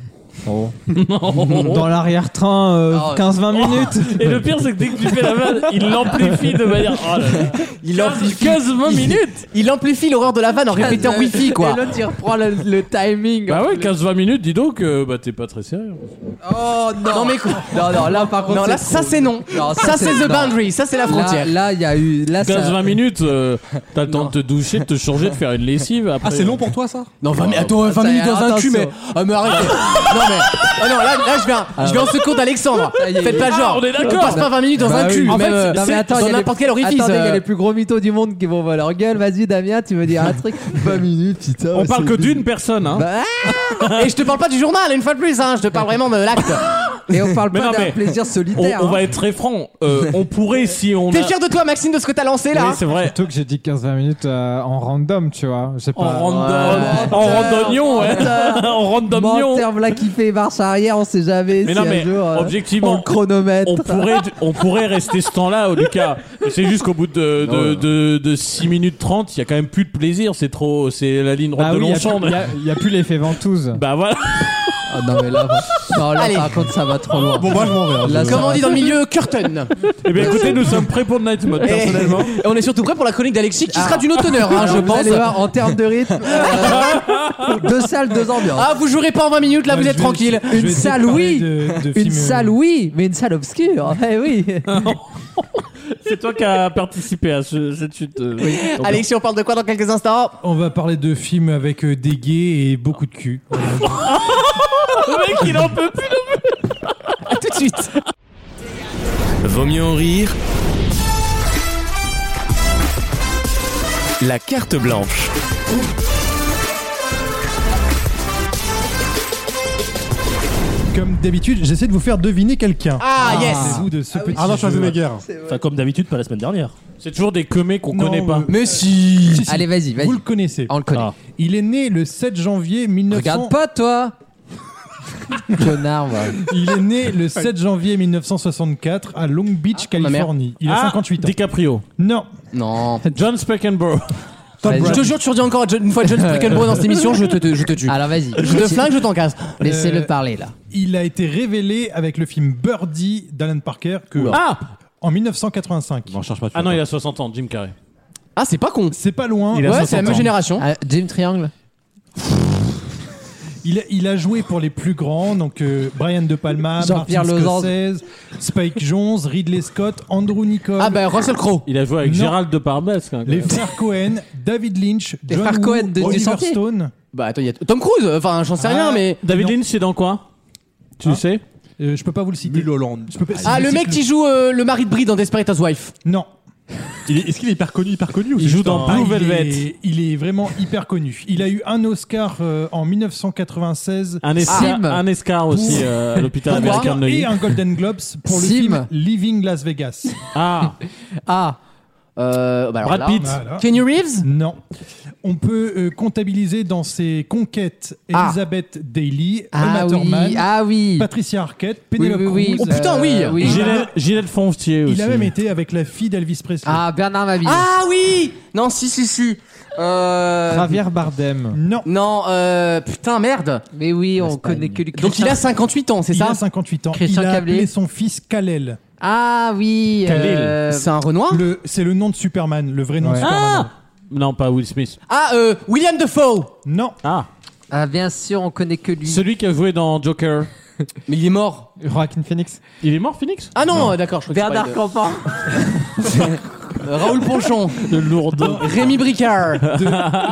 L: Dans l'arrière-train
H: Oh,
L: euh,
B: Ah ouais.
L: 15-20 minutes.
D: Et le pire, c'est que dès que tu fais la vanne, il l'amplifie de manière. Oh là là.
B: Il
D: 15-20 minutes
B: Il amplifie l'horreur de la vanne en répétant wifi, quoi.
H: Et l'autre, il reprend le, le timing.
D: Bah ouais, 15-20 minutes, dis donc, euh, bah t'es pas très sérieux.
H: Oh non.
B: Bah, Non, mais écoute.
H: Non, non, là, par contre.
B: Non, là,
H: trop.
B: ça, c'est non.
H: Non,
B: Ça, c'est the
H: non.
B: boundary, ça, c'est la
H: Là,
B: frontière.
H: là, il y a eu. Là, ça-
D: 15-20 minutes, euh, t'as le temps de te doucher, de te changer, de faire une lessive. Après,
F: Ah, c'est long pour toi ça
B: Non, 20 minutes, attends, 20
H: ça y est,
B: minutes dans un cul,
H: attention.
B: mais. Ah, mais arrêtez. non, mais. Ah, non, là, là je viens. Je vais en secours d'Alexandre.
H: Ça y est.
B: Faites pas
D: Ah,
B: genre.
D: on est d'accord.
B: passe pas 20 minutes dans
H: Bah
B: un
H: oui.
B: cul.
H: En
B: même,
H: fait,
B: euh,
H: non, mais attends, il y
B: dans
H: a
B: n'importe
H: les-
B: quel orifice.
H: Attendez, il y a
B: euh,
H: les plus gros mythos du monde qui vont voir leur gueule. Vas-y, Damien, tu veux dire un truc
F: 20 minutes, putain.
D: on parle que d'une personne, hein.
H: Bah,
B: Et je te parle pas du journal, une fois de plus, hein. Je te parle vraiment de l'acte.
H: Et on parle
D: Mais
H: pas
D: non,
H: d'un
D: mais
H: plaisir
D: on,
H: solitaire.
D: on
H: hein.
D: va être très franc. euh, on pourrait, si on.
B: T'es
D: a-
B: fier de toi, Maxime, de ce que t'as lancé, là hein
D: Oui, c'est vrai.
L: Surtout que j'ai dit 15-20 minutes euh, en random, tu vois. J'ai
D: En
L: pas.
D: random. En randomnion, ouais. En
H: hein. Menteur,
D: randomnion.
H: voilà qui fait marche arrière, on sait jamais.
D: Mais
H: si
D: non,
H: un
D: mais
H: jour, euh, on le
D: objectivement,
H: chronomètre.
D: on pourrait, on pourrait rester ce temps-là, au Lucas. Mais C'est juste qu'au bout de, de, de, de 6 minutes 30, il y a quand même plus de plaisir. C'est trop. C'est la ligne droite
M: Ah
L: Bah
D: de
L: oui, y a
D: Longchamp.
L: plus- y a- y a plus l'effet ventouse.
D: Bah voilà.
H: Ah non, mais là, non, là
B: Allez.
H: par contre, ça va trop loin.
F: Bon, moi je m'en vais. hein.
H: Là, ça
B: Comme on
H: va-
B: dit dans le milieu, curtain.
D: Eh bien écoutez, nous sommes prêts pour le Night Mode,
B: Et-
D: personnellement.
B: Et on est surtout prêt pour la chronique d'Alexis, qui
H: Ah.
B: sera d'une autre teneur, hein,
H: Alors,
B: je
H: vous
B: pense.
H: allez voir, en termes de rythme, euh, deux salles, deux ambiances.
B: Ah, vous jouerez pas en 20 minutes, là,
M: Moi,
B: vous
M: je
B: êtes
M: vais-
B: tranquille.
M: je vais
H: une
M: essayer de
H: salle, oui.
M: parler de- de
H: une
M: films, euh,
H: salle, oui, mais une salle obscure. Eh oui.
D: C'est toi qui as participé à ce- cette chute. euh, donc-
B: Alexis, on parle de quoi dans quelques instants
M: On va parler de films avec euh, des gays et beaucoup de cul.
D: Le mec, il en peut plus.
B: À tout de suite.
A: Vaut mieux en rire. La carte blanche.
M: Comme d'habitude, j'essaie de vous faire deviner quelqu'un.
B: Ah, yes.
M: vous de ce petit
F: Ah non, je suis
M: jeu.
F: mes guerres.
N: Enfin, comme d'habitude, pas la semaine dernière.
D: C'est toujours des comiques qu'on
M: Non,
D: connaît pas.
M: euh,
B: Mais si
M: Si, si,
H: Allez, vas-y, vas-y.
M: Vous le connaissez.
H: On le connaît.
N: Ah.
M: Il est né le 7 janvier 1900.
H: Regarde pas, toi. Connard, va.
M: Il est né le 7 janvier 1964 à Long Beach,
B: ma mère.
M: Californie. Il a
D: Ah,
L: hein.
M: 58 ans.
D: DiCaprio.
M: Non.
B: Non.
D: John Speckenborough.
M: Tom
B: Je
M: Brady.
B: te jure, tu redis encore une fois John Spickenbrough dans cette émission, je te, te- je te tue.
H: Alors, vas-y.
B: Je te flingue, je t'en casse.
H: Laissez-le parler, là.
M: Il a été révélé avec le film Birdie d'Alan Parker que
D: Ah
M: en 1985.
F: Non, cherche pas. tu
D: Ah non,
F: vois.
D: il a 60 ans, Jim Carrey.
B: Ah, c'est pas con.
M: C'est pas loin.
D: Il a
B: Ah, Ouais, c'est la même génération.
H: Ah, Jim Triangle
M: Il a, il a joué pour les plus grands, donc euh, Brian De Palma,
H: Jean-Pierre
M: Martin
H: Losange.
M: Scorsese, Spike Jones, Ridley Scott, Andrew Nicole,
B: Ah bah Russell Crowe.
D: Il a joué avec
M: Non.
D: Gérald Depardieu. quand
M: les
D: même.
M: frères Cohen, David Lynch,
H: Les
M: John
H: frères
M: Woo,
H: Cohen de- du
M: Oliver
H: sentier.
M: Stone.
B: Bah attends, il y a Tom Cruise. Enfin, j'en sais rien,
M: Ah,
B: mais
D: David
M: Non.
D: Lynch, c'est dans quoi Tu
M: Ah.
D: sais
M: Euh, je peux pas vous le citer.
F: Hollande.
M: Je peux pas-
B: ah
M: je
B: le
M: cite
B: mec qui joue euh, le mari de Brie dans Desperate Housewives.
M: Non.
F: Il est- Est-ce qu'il est hyper connu, hyper connu ou
D: Il
F: c'est
D: joue
F: juste
D: dans
F: un-
D: Blue
M: Ah, il
D: Velvet.
M: est- Il est vraiment hyper connu. Il a eu un Oscar euh, en 1996
D: Un
H: Sim.
D: escar, un escar aussi euh, à l'hôpital
B: Pourquoi
D: américain de
M: et
D: Neuilly.
M: un Golden Globes pour le
H: Sim.
M: film Living Las Vegas.
D: Ah,
H: Ah,
B: Euh, bah, alors
D: Brad
B: là-
D: Pitt.
M: Voilà.
B: Kenny Reeves.
M: Non. On peut euh, comptabiliser dans ses conquêtes
B: Ah.
M: Elizabeth Daly,
H: ah
M: Emma Thurman,
H: oui, ah oui.
M: Patricia Arquette, Penelope
H: oui, oui.
M: Cruz.
B: Oh putain, oui.
H: Euh, oui.
D: Gilles- Gilles Fontier aussi.
M: Il a même été avec la fille d'Elvis Presley.
H: Ah, Bernard Mabille.
B: Ah oui. Non, si si si. Euh,
L: Javier Bardem.
M: Non.
B: Non, euh, putain merde.
H: Mais oui, on connaît que lui.
B: Donc il a 58 ans, c'est
M: Il
B: ça
M: a 58 ans.
H: Christian
M: il a appelé
H: Cablé.
M: son fils Kalel.
H: Ah oui.
D: Khalil.
H: euh,
B: C'est un Renoir.
M: Le- C'est le nom de Superman, le vrai nom de Superman.
D: Ah Non, pas Will Smith.
B: Ah euh, William Defoe.
M: Non.
D: Ah,
H: Ah, bien sûr, on connaît que lui.
D: celui qui a joué dans Joker.
B: Mais il est mort.
L: Joaquin Phoenix.
D: Il est mort, Phoenix
B: Ah non, euh, d'accord, je crois que c'est pas
H: Bernard
B: une-
H: Campan.
B: Euh, Raoul Ponchon.
D: De lourde.
B: Rémi Bricard.
M: Ah,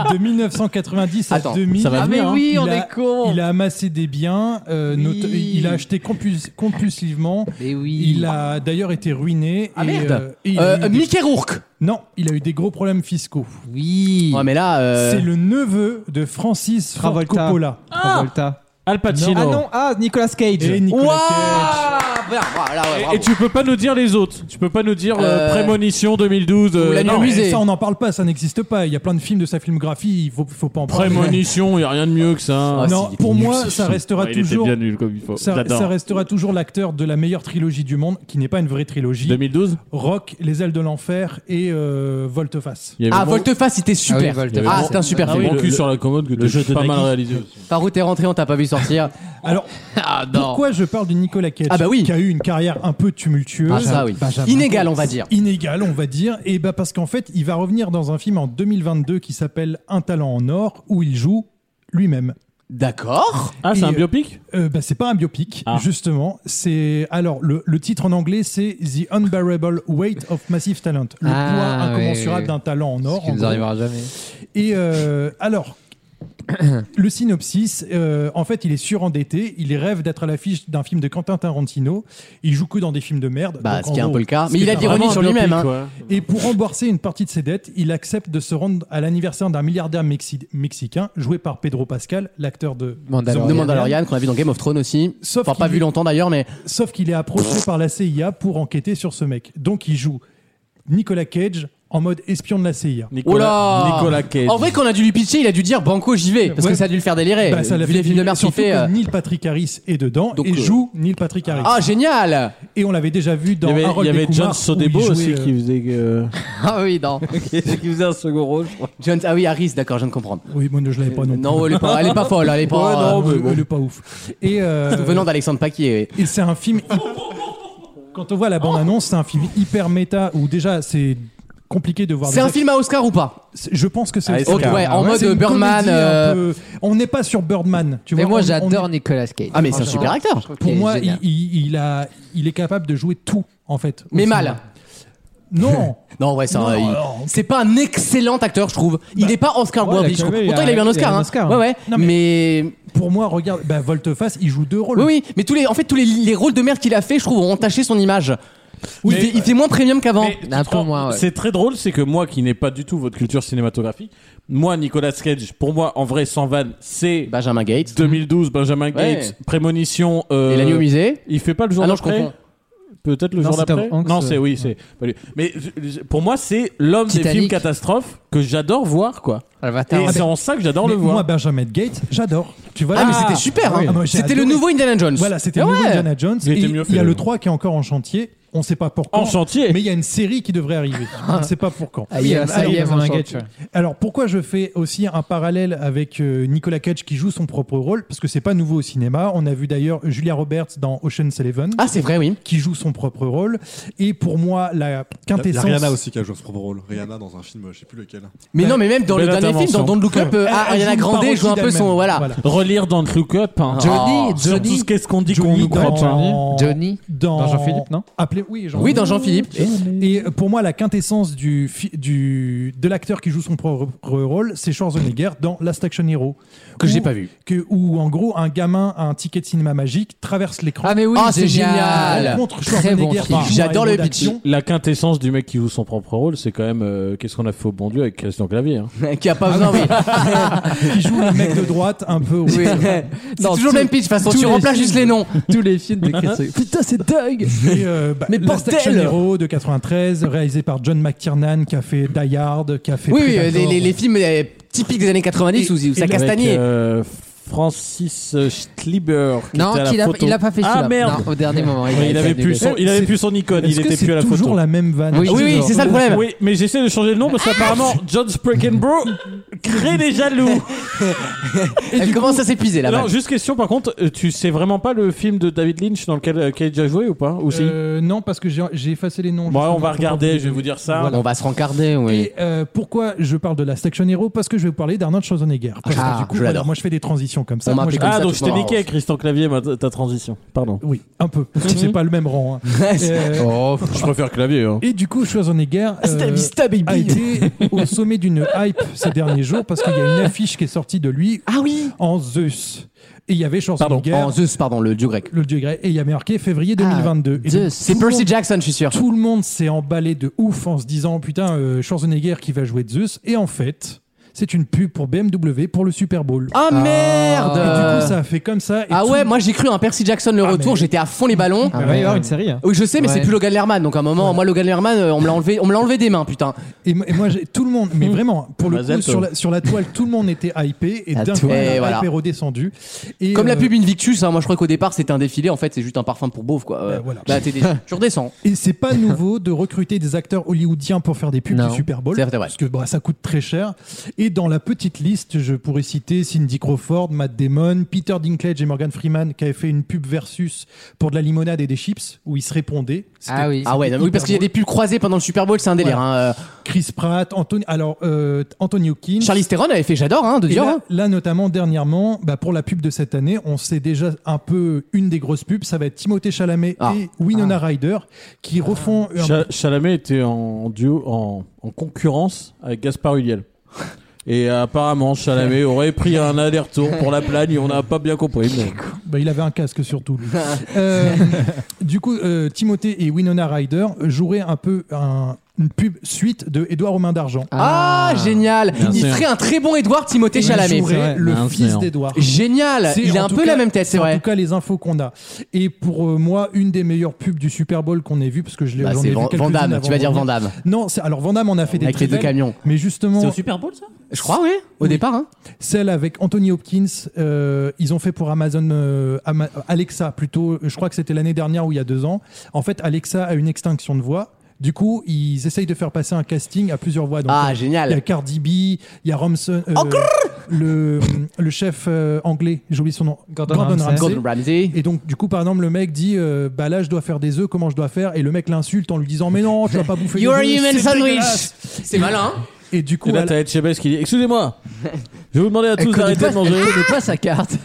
M: De, de 1990 à
B: Attends,
M: 2000.
D: ça va
H: Ah, mais
D: venir, hein.
H: oui, on
M: Il a-
H: est con.
M: Il a amassé des biens, euh,
H: Oui.
M: note- il a acheté compulsivement.
H: Mais oui.
M: Il a d'ailleurs été ruiné.
B: Ah,
M: et,
B: merde.
M: euh, et il a
B: Euh,
M: eu des-
B: Mickey Rourke.
M: Non, il a eu des gros problèmes fiscaux.
H: Oui.
B: Ouais, mais là. euh,
M: C'est le neveu de Francis Ford
L: Travolta.
M: Coppola.
L: Travolta.
D: Al Pacino.
L: Ah non, ah, Nicolas Cage.
M: Et Nicolas Cage.
B: Ouah Voilà, voilà, ouais, bravo.
D: Et tu peux pas nous dire les autres. Tu peux pas nous dire euh,
B: Euh,
D: Prémonition 2012. euh,
B: ou la
D: non.
B: nuit au musée.
M: Et ça, on n'en parle pas, ça n'existe pas. Il y a plein de films de sa filmographie, il faut, faut pas en parler.
D: Prémonition, y a rien de mieux que ça.
B: Ah, si,
M: non,
B: il était
M: pour
B: nul,
M: moi,
B: ce
M: ça
B: film.
M: restera
N: Ouais, il était
M: toujours.
N: bien nul comme il faut.
M: Ça,
N: J'adore.
M: ça restera toujours l'acteur de la meilleure trilogie du monde, qui n'est pas une vraie trilogie.
D: 2012
M: Rock, Les ailes de l'enfer et euh, Volteface.
D: Il y avait
B: Ah,
D: mon-
B: Volteface, c'était super.
H: Ah oui, Volteface.
B: Ah, c'était un super
D: il y avait
B: film.
D: mon
N: le-
D: cul
N: le-
D: sur la commode que
N: le jeu
D: t'as
N: de
D: pas mal
N: Nagui.
D: réalisé aussi.
B: Par où t'es rentré, on t'a pas vu sortir.
M: Alors,
B: Ah non.
M: pourquoi je parle de Nicolas Cage,
B: Ah bah oui.
M: qui a eu une carrière un peu tumultueuse,
B: Ah, ça oui. Inégal, on va dire.
M: inégale, on va dire, et bah parce qu'en fait, il va revenir dans un film en 2022 qui s'appelle Un talent en or, où il joue lui-même.
B: D'accord.
D: Ah, c'est
M: Et-
D: un biopic
M: Euh, bah, c'est pas un biopic,
D: Ah.
M: justement. C'est alors le, le titre en anglais, c'est The Unbearable Weight of Massive Talent, le
H: Ah,
M: poids
H: oui,
M: incommensurable
H: oui.
M: d'un talent en or.
H: qui
M: en
H: nous
M: gros.
H: arrivera jamais.
M: Et euh, alors, le synopsis, euh, en fait, il est surendetté, il rêve d'être à l'affiche d'un film de Quentin Tarantino. Il joue que dans des films de merde.
B: Bah,
M: Donc,
B: ce
M: en
B: qui est un
M: gros,
B: peu le cas.
M: ce
B: Mais
M: qui
B: il
M: est
B: a
M: un-
B: de l'ironie
D: Vraiment
B: sur
D: un
B: lui-même.
D: biopic,
B: hein.
D: ouais.
M: Et pour rembourser une partie de ses dettes, il accepte de se rendre à l'anniversaire d'un milliardaire mexi- mexicain, joué par Pedro Pascal, l'acteur de
H: Mandalorian.
B: De Mandalorian, qu'on a vu dans Game of Thrones aussi.
M: Sauf
B: Enfin, pas
M: qu'il-
B: vu longtemps d'ailleurs, mais.
M: Sauf qu'il est approché par la CIA pour enquêter sur ce mec. Donc il joue Nicolas Cage en mode espion de la CIA.
D: Nicolas,
B: Oula
D: Nicolas Cage.
B: En vrai, qu'on a dû lui pitcher, il a dû dire Banco, j'y vais. Parce
M: Ouais.
B: que ça a dû le faire délirer.
M: Bah, ça l'a
B: Eh, vu
M: fait
B: les films de
M: délirer,
B: merde qu'il
M: surtout
B: fait.
M: que
B: euh,
M: Neil Patrick Harris est dedans
B: Donc,
M: et
B: euh,
M: joue Neil Patrick Harris.
B: Ah, génial
M: Et on l'avait déjà vu
D: Il
M: dans
D: y avait, il
M: Harold
D: y avait
M: et Kumar,
D: John
M: où
D: Sodebo
M: il jouait,
D: aussi
M: euh,
D: qui faisait, euh,
H: Ah oui, non.
D: qui faisait un second rôle. je crois.
B: John... Ah oui, Harris, d'accord, je viens de comprendre.
M: Oui, moi je l'avais pas non.
B: Non,
M: plus. Oh,
B: elle est pas, elle est pas folle, elle est pas.
D: Ouais, non,
B: euh,
D: mais bon.
M: Elle est pas ouf. Et, euh,
B: Venant d'Alexandre Paquier.
M: et c'est un film. Quand on voit la bande-annonce, c'est un film hyper méta où déjà c'est compliqué de voir.
B: C'est
M: des
B: un
M: acteurs.
B: film à Oscar ou pas
M: C'est- Je pense que c'est.
B: Ah, ok, ouais, en mode
M: C'est une
B: Birdman,
M: comédie un
B: euh,
M: peu- On n'est pas sur Birdman. Tu
H: Mais
M: vois,
H: moi,
M: on- on est-
H: j'adore Nicolas Cage.
B: Ah, mais c'est un super
H: Franchement,
B: acteur.
H: je trouve
M: Pour
H: qu'il est
M: moi, il,
H: génial.
M: il- il a, il est capable de jouer tout, en fait. au
B: Mais
M: cinéma.
B: mal.
M: Non
B: Non, ouais, c'est un-
M: Non,
B: il-
M: alors, Bah,
B: c'est pas un excellent acteur, je trouve. Il n'est pas Oscar
L: Ouais,
B: worthy.
L: il a
B: je trouve.
L: quand même-
B: Pourtant,
L: il
B: il
L: a-
B: a eu un
L: il a
B: Oscar.
L: un
B: hein.
L: Oscar.
B: Ouais, ouais.
M: Non,
B: mais...
M: Pour moi, regarde, bah, Volteface, il joue deux rôles.
B: oui, oui. Mais tous les, en fait, tous les, les rôles de merde qu'il a fait, je trouve, ont entaché son image. il,
D: Oui, mais-
B: fait, il fait moins premium qu'avant.
D: Mais
H: Un
D: tu
H: peu
D: te rends-
H: moins, ouais.
D: C'est très drôle, c'est que moi qui n'ai pas du tout votre culture cinématographique, moi, Nicolas Cage, pour moi, en vrai, sans vanne, c'est
B: Benjamin Gates.
D: 2012, Benjamin Gates, Prémonition. euh,
B: Et la nuit au musée.
D: Il fait pas le jour
B: Ah non, je
D: d'après
B: confonds.
D: Peut-être le
L: Non,
D: jour
L: c'est Tom
D: d'après
L: Hanks,
D: Non,
L: euh,
D: c'est oui, c'est pas lui. Mais euh, pour moi, c'est l'homme des
H: Titanic.
D: films catastrophes que j'adore voir, quoi.
H: Avatar.
D: Et c'est en ça que j'adore
M: Mais
D: le voir.
M: moi, Benjamin Gates, j'adore. Tu vois
B: Ah,
M: là-
B: mais c'était super.
M: Ah,
B: hein.
M: moi, j'ai
B: C'était le
M: adoré.
B: nouveau Indiana Jones.
M: Voilà, c'était
B: Ah
M: le nouveau
B: ouais.
M: Indiana Jones.
D: Il
M: Et
D: était mieux
M: il y
D: fait,
M: a le
D: ouais.
M: 3 qui est encore en chantier. On ne sait pas pour quand.
D: En chantier.
M: Mais il y a une série qui devrait arriver. On ne sait pas pour quand.
H: Ah, il y a-
M: Alors,
H: ça y est,
M: alors,
H: on
L: un
H: chante.
L: sketch, ouais.
M: alors pourquoi je fais aussi un parallèle avec euh, Nicolas Cage qui joue son propre rôle Parce que c'est pas nouveau au cinéma. On a vu d'ailleurs Julia Roberts dans Ocean's Eleven
B: Ah, c'est vrai, oui.
M: qui joue son propre rôle. Et pour moi, la
F: Il y a
M: quintessence.
F: Rihanna aussi qui a joué ce propre rôle. Rihanna dans un film, je sais plus lequel.
B: Mais non, mais même dans le
D: Belle
B: dernier film, dans
D: intervention.
B: Don't Look Up, euh, ah,
M: Elle
B: Ariana
M: une
B: Grande
M: parodie
B: joue un peu son.
M: d'elle-même.
B: Voilà.
D: Relire dans le Look Up. hein. Sur
H: Johnny,
D: tout
H: Johnny,
D: ce qu'est-ce qu'on dit qu'on
M: Johnny
D: nous croit.
M: dans...
H: Johnny.
M: dans...
L: Dans Jean-Philippe, non
M: Appelez... Oui, Jean
B: Oui, dans Jean-Philippe.
M: Et pour moi, la quintessence du, fi- du, de l'acteur qui joue son propre rôle, c'est Schwarzenegger dans Last Action Hero.
B: Que j'ai
M: Où-
B: pas vu.
M: Que, où, en gros, un gamin a un ticket de cinéma magique, traverse l'écran.
H: Ah mais oui,
B: Ah, c'est génial.
M: rencontre
H: Très bon
M: Schwarzenegger.
H: film.
M: qui joue
B: J'adore
M: un
B: le
M: héros
B: pitch.
M: d'action.
D: La quintessence du mec qui joue son propre rôle, c'est quand même euh, qu'est-ce qu'on a fait au bon Dieu avec Christian Clavier. hein.
B: Qui a pas besoin, oui.
M: Qui joue le mec de droite un peu.
B: Oui. C'est
H: Non,
B: toujours
H: tous-
B: le même pitch, de toute façon,
H: tous
B: tu
H: les
B: remplaces
H: films.
B: juste les noms.
H: Tous les films de Chris. Putain, c'est dingue.
M: Et, euh, bah,
B: Mais
M: Last
B: bordel
M: Action Hero de 93, réalisé par John McTiernan, qui a fait Die Hard, qui a fait
B: Oui, oui,
M: Predator.
B: les, les- les films euh, typiques des années 90 où, où ça
D: Avec,
B: castagnait.
D: euh, Francis euh, Schlieber. qui
H: Non,
D: était à la
H: qu'il a,
D: photo.
H: il a pas fait
D: Ah
H: celui-là.
D: merde.
H: Non, au dernier moment.
D: Ouais, il avait plus son, il avait
M: C'est-
D: plus son icône, il
M: Est-ce que
D: était plus à
M: c'est
D: la
M: toujours
D: photo.
M: la même vanne
H: Oui,
B: oui, oui, c'est ça le problème.
D: Oui, mais j'essaie de changer le nom parce qu'apparemment John Sprakenbro crée des jaloux.
B: Elle commence à s'épuiser là-bas.
D: Alors juste question par contre, euh, tu sais vraiment pas le film de David Lynch dans lequel euh, Cage a joué ou pas Ou si
M: Euh, non, parce que j'ai- j'ai effacé les noms.
D: Bon,
M: justement,
D: on va
M: pour
D: regarder,
M: pas-
D: je vais vous dire ça.
B: On va se rencarder, oui.
M: Et euh, pourquoi je parle de la Action Hero Parce que je vais vous parler d'Arnold Schwarzenegger. Parce que
B: ah,
M: du coup,
B: je
M: voilà,
B: l'adore.
M: moi je fais des transitions comme ça.
B: On
M: Moi,
B: m'appelle
M: je- Ah,
B: comme
D: Ah
B: ça,
D: donc
B: tu
D: je t'ai
B: pourras
D: niqué
B: avoir.
D: Christian Clavier ma- ta ta transition. Pardon.
M: Oui, un peu.
B: Mhm.
M: parce que C'est pas le même rang. hein. Euh,
D: Oh, Je préfère Clavier. hein.
M: Et du coup, Schwarzenegger euh,
B: Hasta la vista, baby.
M: a été au sommet d'une hype ces derniers jours parce qu'il y a une affiche qui est sortie de lui
B: Ah oui
M: en Zeus. Et il y avait
B: Pardon,
M: Schwarzenegger,
B: en Zeus, Ah, pardon, le dieu grec.
M: le dieu grec, et il y a marqué février 2022. Et donc,
H: Zeus.
B: C'est
M: tout le
B: Percy
M: monde-
B: Jackson, je suis sûr.
M: Tout le monde s'est emballé de ouf en se disant putain euh, Schwarzenegger qui va jouer Zeus et en fait c'est une pub pour BMW pour le Super Bowl.
B: Ah merde
M: Et du coup ça a fait comme ça. et
B: Ah
M: tout-
B: ouais, moi j'ai cru un Percy Jackson le
M: Ah,
B: retour,
M: mais- Ah.
B: j'étais à fond les ballons.
L: Il va y avoir une série. hein.
B: Oui, je sais, mais
H: Ouais.
B: c'est plus Logan Lerman. Donc à un moment, moi Logan Lerman, euh, on me l'a enlevé, on me l'a enlevé des mains, putain.
M: et, moi- et moi j'ai- tout le monde mais vraiment pour le
D: Mazel
M: coup
D: tov.
M: sur la, sur la toile tout le monde était hypé et
B: La
M: d'un coup
B: toile. Et
M: la
B: voilà.
M: hype est redescendue. Et,
B: Comme la
M: euh,
B: pub Invictus, hein, moi je crois qu'au départ c'était un défilé, en fait c'est juste un parfum pour beauf quoi. Euh,
M: Bah, voilà.
B: Là t'es déçu. tu redescends.
M: Et c'est pas nouveau de recruter des acteurs hollywoodiens pour faire des pubs
H: Non.
M: du Super Bowl.
B: C'est vrai.
M: Parce que bah, ça coûte très cher. Et dans la petite liste, je pourrais citer Cindy Crawford, Matt Damon, Peter Dinklage et Morgan Freeman qui avaient fait une pub versus pour de la limonade et des chips où ils se répondaient. C'était
H: Ah oui.
B: Ah ouais, non, oui, parce qu'il y a des pubs croisées pendant le Super Bowl, c'est un délire. hein. Euh,
M: Chris Pratt, Anthony, alors, euh, Anthony Hopkins.
B: Charlize Theron avait fait J'adore hein, de
M: Et
B: Dior.
M: là,
B: hein.
M: là, notamment, dernièrement, bah, pour la pub de cette année, on sait déjà un peu une des grosses pubs. Ça va être Timothée Chalamet
B: Ah.
M: et Winona Ryder qui refont euh, un
D: Cha- Chalamet était en duo, en, en concurrence avec Gaspard Huliel. Et apparemment, Chalamet aurait pris un aller-retour pour la plagne, on n'a pas bien compris. mais-
M: Bah, il avait un casque surtout. lui. Euh, du coup, euh, Timothée et Winona Ryder joueraient un peu un- une pub suite de Édouard Romain d'Argent.
B: Ah, génial
D: Bien
B: Il
D: sûr.
B: ferait un très bon Edouard Timothée Chalamet.
M: Il jouerait
L: c'est vrai.
M: le
D: Bien
M: fils
D: sûr.
M: d'Édouard.
B: Génial
M: C'est
B: Il a
M: en
B: un
M: tout
B: peu
M: cas-
B: la même tête, c'est
M: En
B: vrai.
M: tout cas, les infos qu'on a. Et pour euh, moi, une des meilleures pubs du Super Bowl qu'on ait vu, parce que je l'ai
B: Bah,
M: j'en ai
B: c'est
M: vu
B: Van,
M: quelques-unes
B: Van Damme,
M: avant hein.
B: tu vas
M: de
B: dire
M: revenir.
B: Van Damme.
M: Non, c'est- alors Van Damme en a fait des
B: Avec
M: très
B: les deux
M: belles,
B: camions.
M: Mais
N: C'est
M: justement,
N: au Super Bowl ça
B: Je crois, oui, au départ. Hein.
M: celle avec Anthony Hopkins, euh, ils ont fait pour Amazon euh, Ama- Alexa plutôt. euh, Je crois que c'était l'année dernière ou il y a deux ans. En fait, Alexa a une extinction de voix. Du coup, ils essayent de faire passer un casting à plusieurs voix. Donc,
B: Ah,
M: euh, il y a
B: génial
M: Cardi B, il y a Romson, euh, le, le chef euh, anglais, j'oublie son nom,
L: Gordon Ramsay.
B: Gordon Ramsay.
M: et donc, du coup, par exemple, le mec dit euh, Bah là, je dois faire des œufs, comment je dois faire Et le mec l'insulte en lui disant Mais non, tu vas pas bouffer
B: You're a
M: des œufs.
B: human
M: c'est
B: sandwich
M: dégueulasse.
B: C'est malin hein
M: Et du coup,
D: Et là,
M: elle-
D: t'as Ed Chebes qui dit Excusez-moi, je vais vous demander à tous
H: connaît
D: d'arrêter
H: pas-
D: de manger.
H: elle connaît pas sa carte.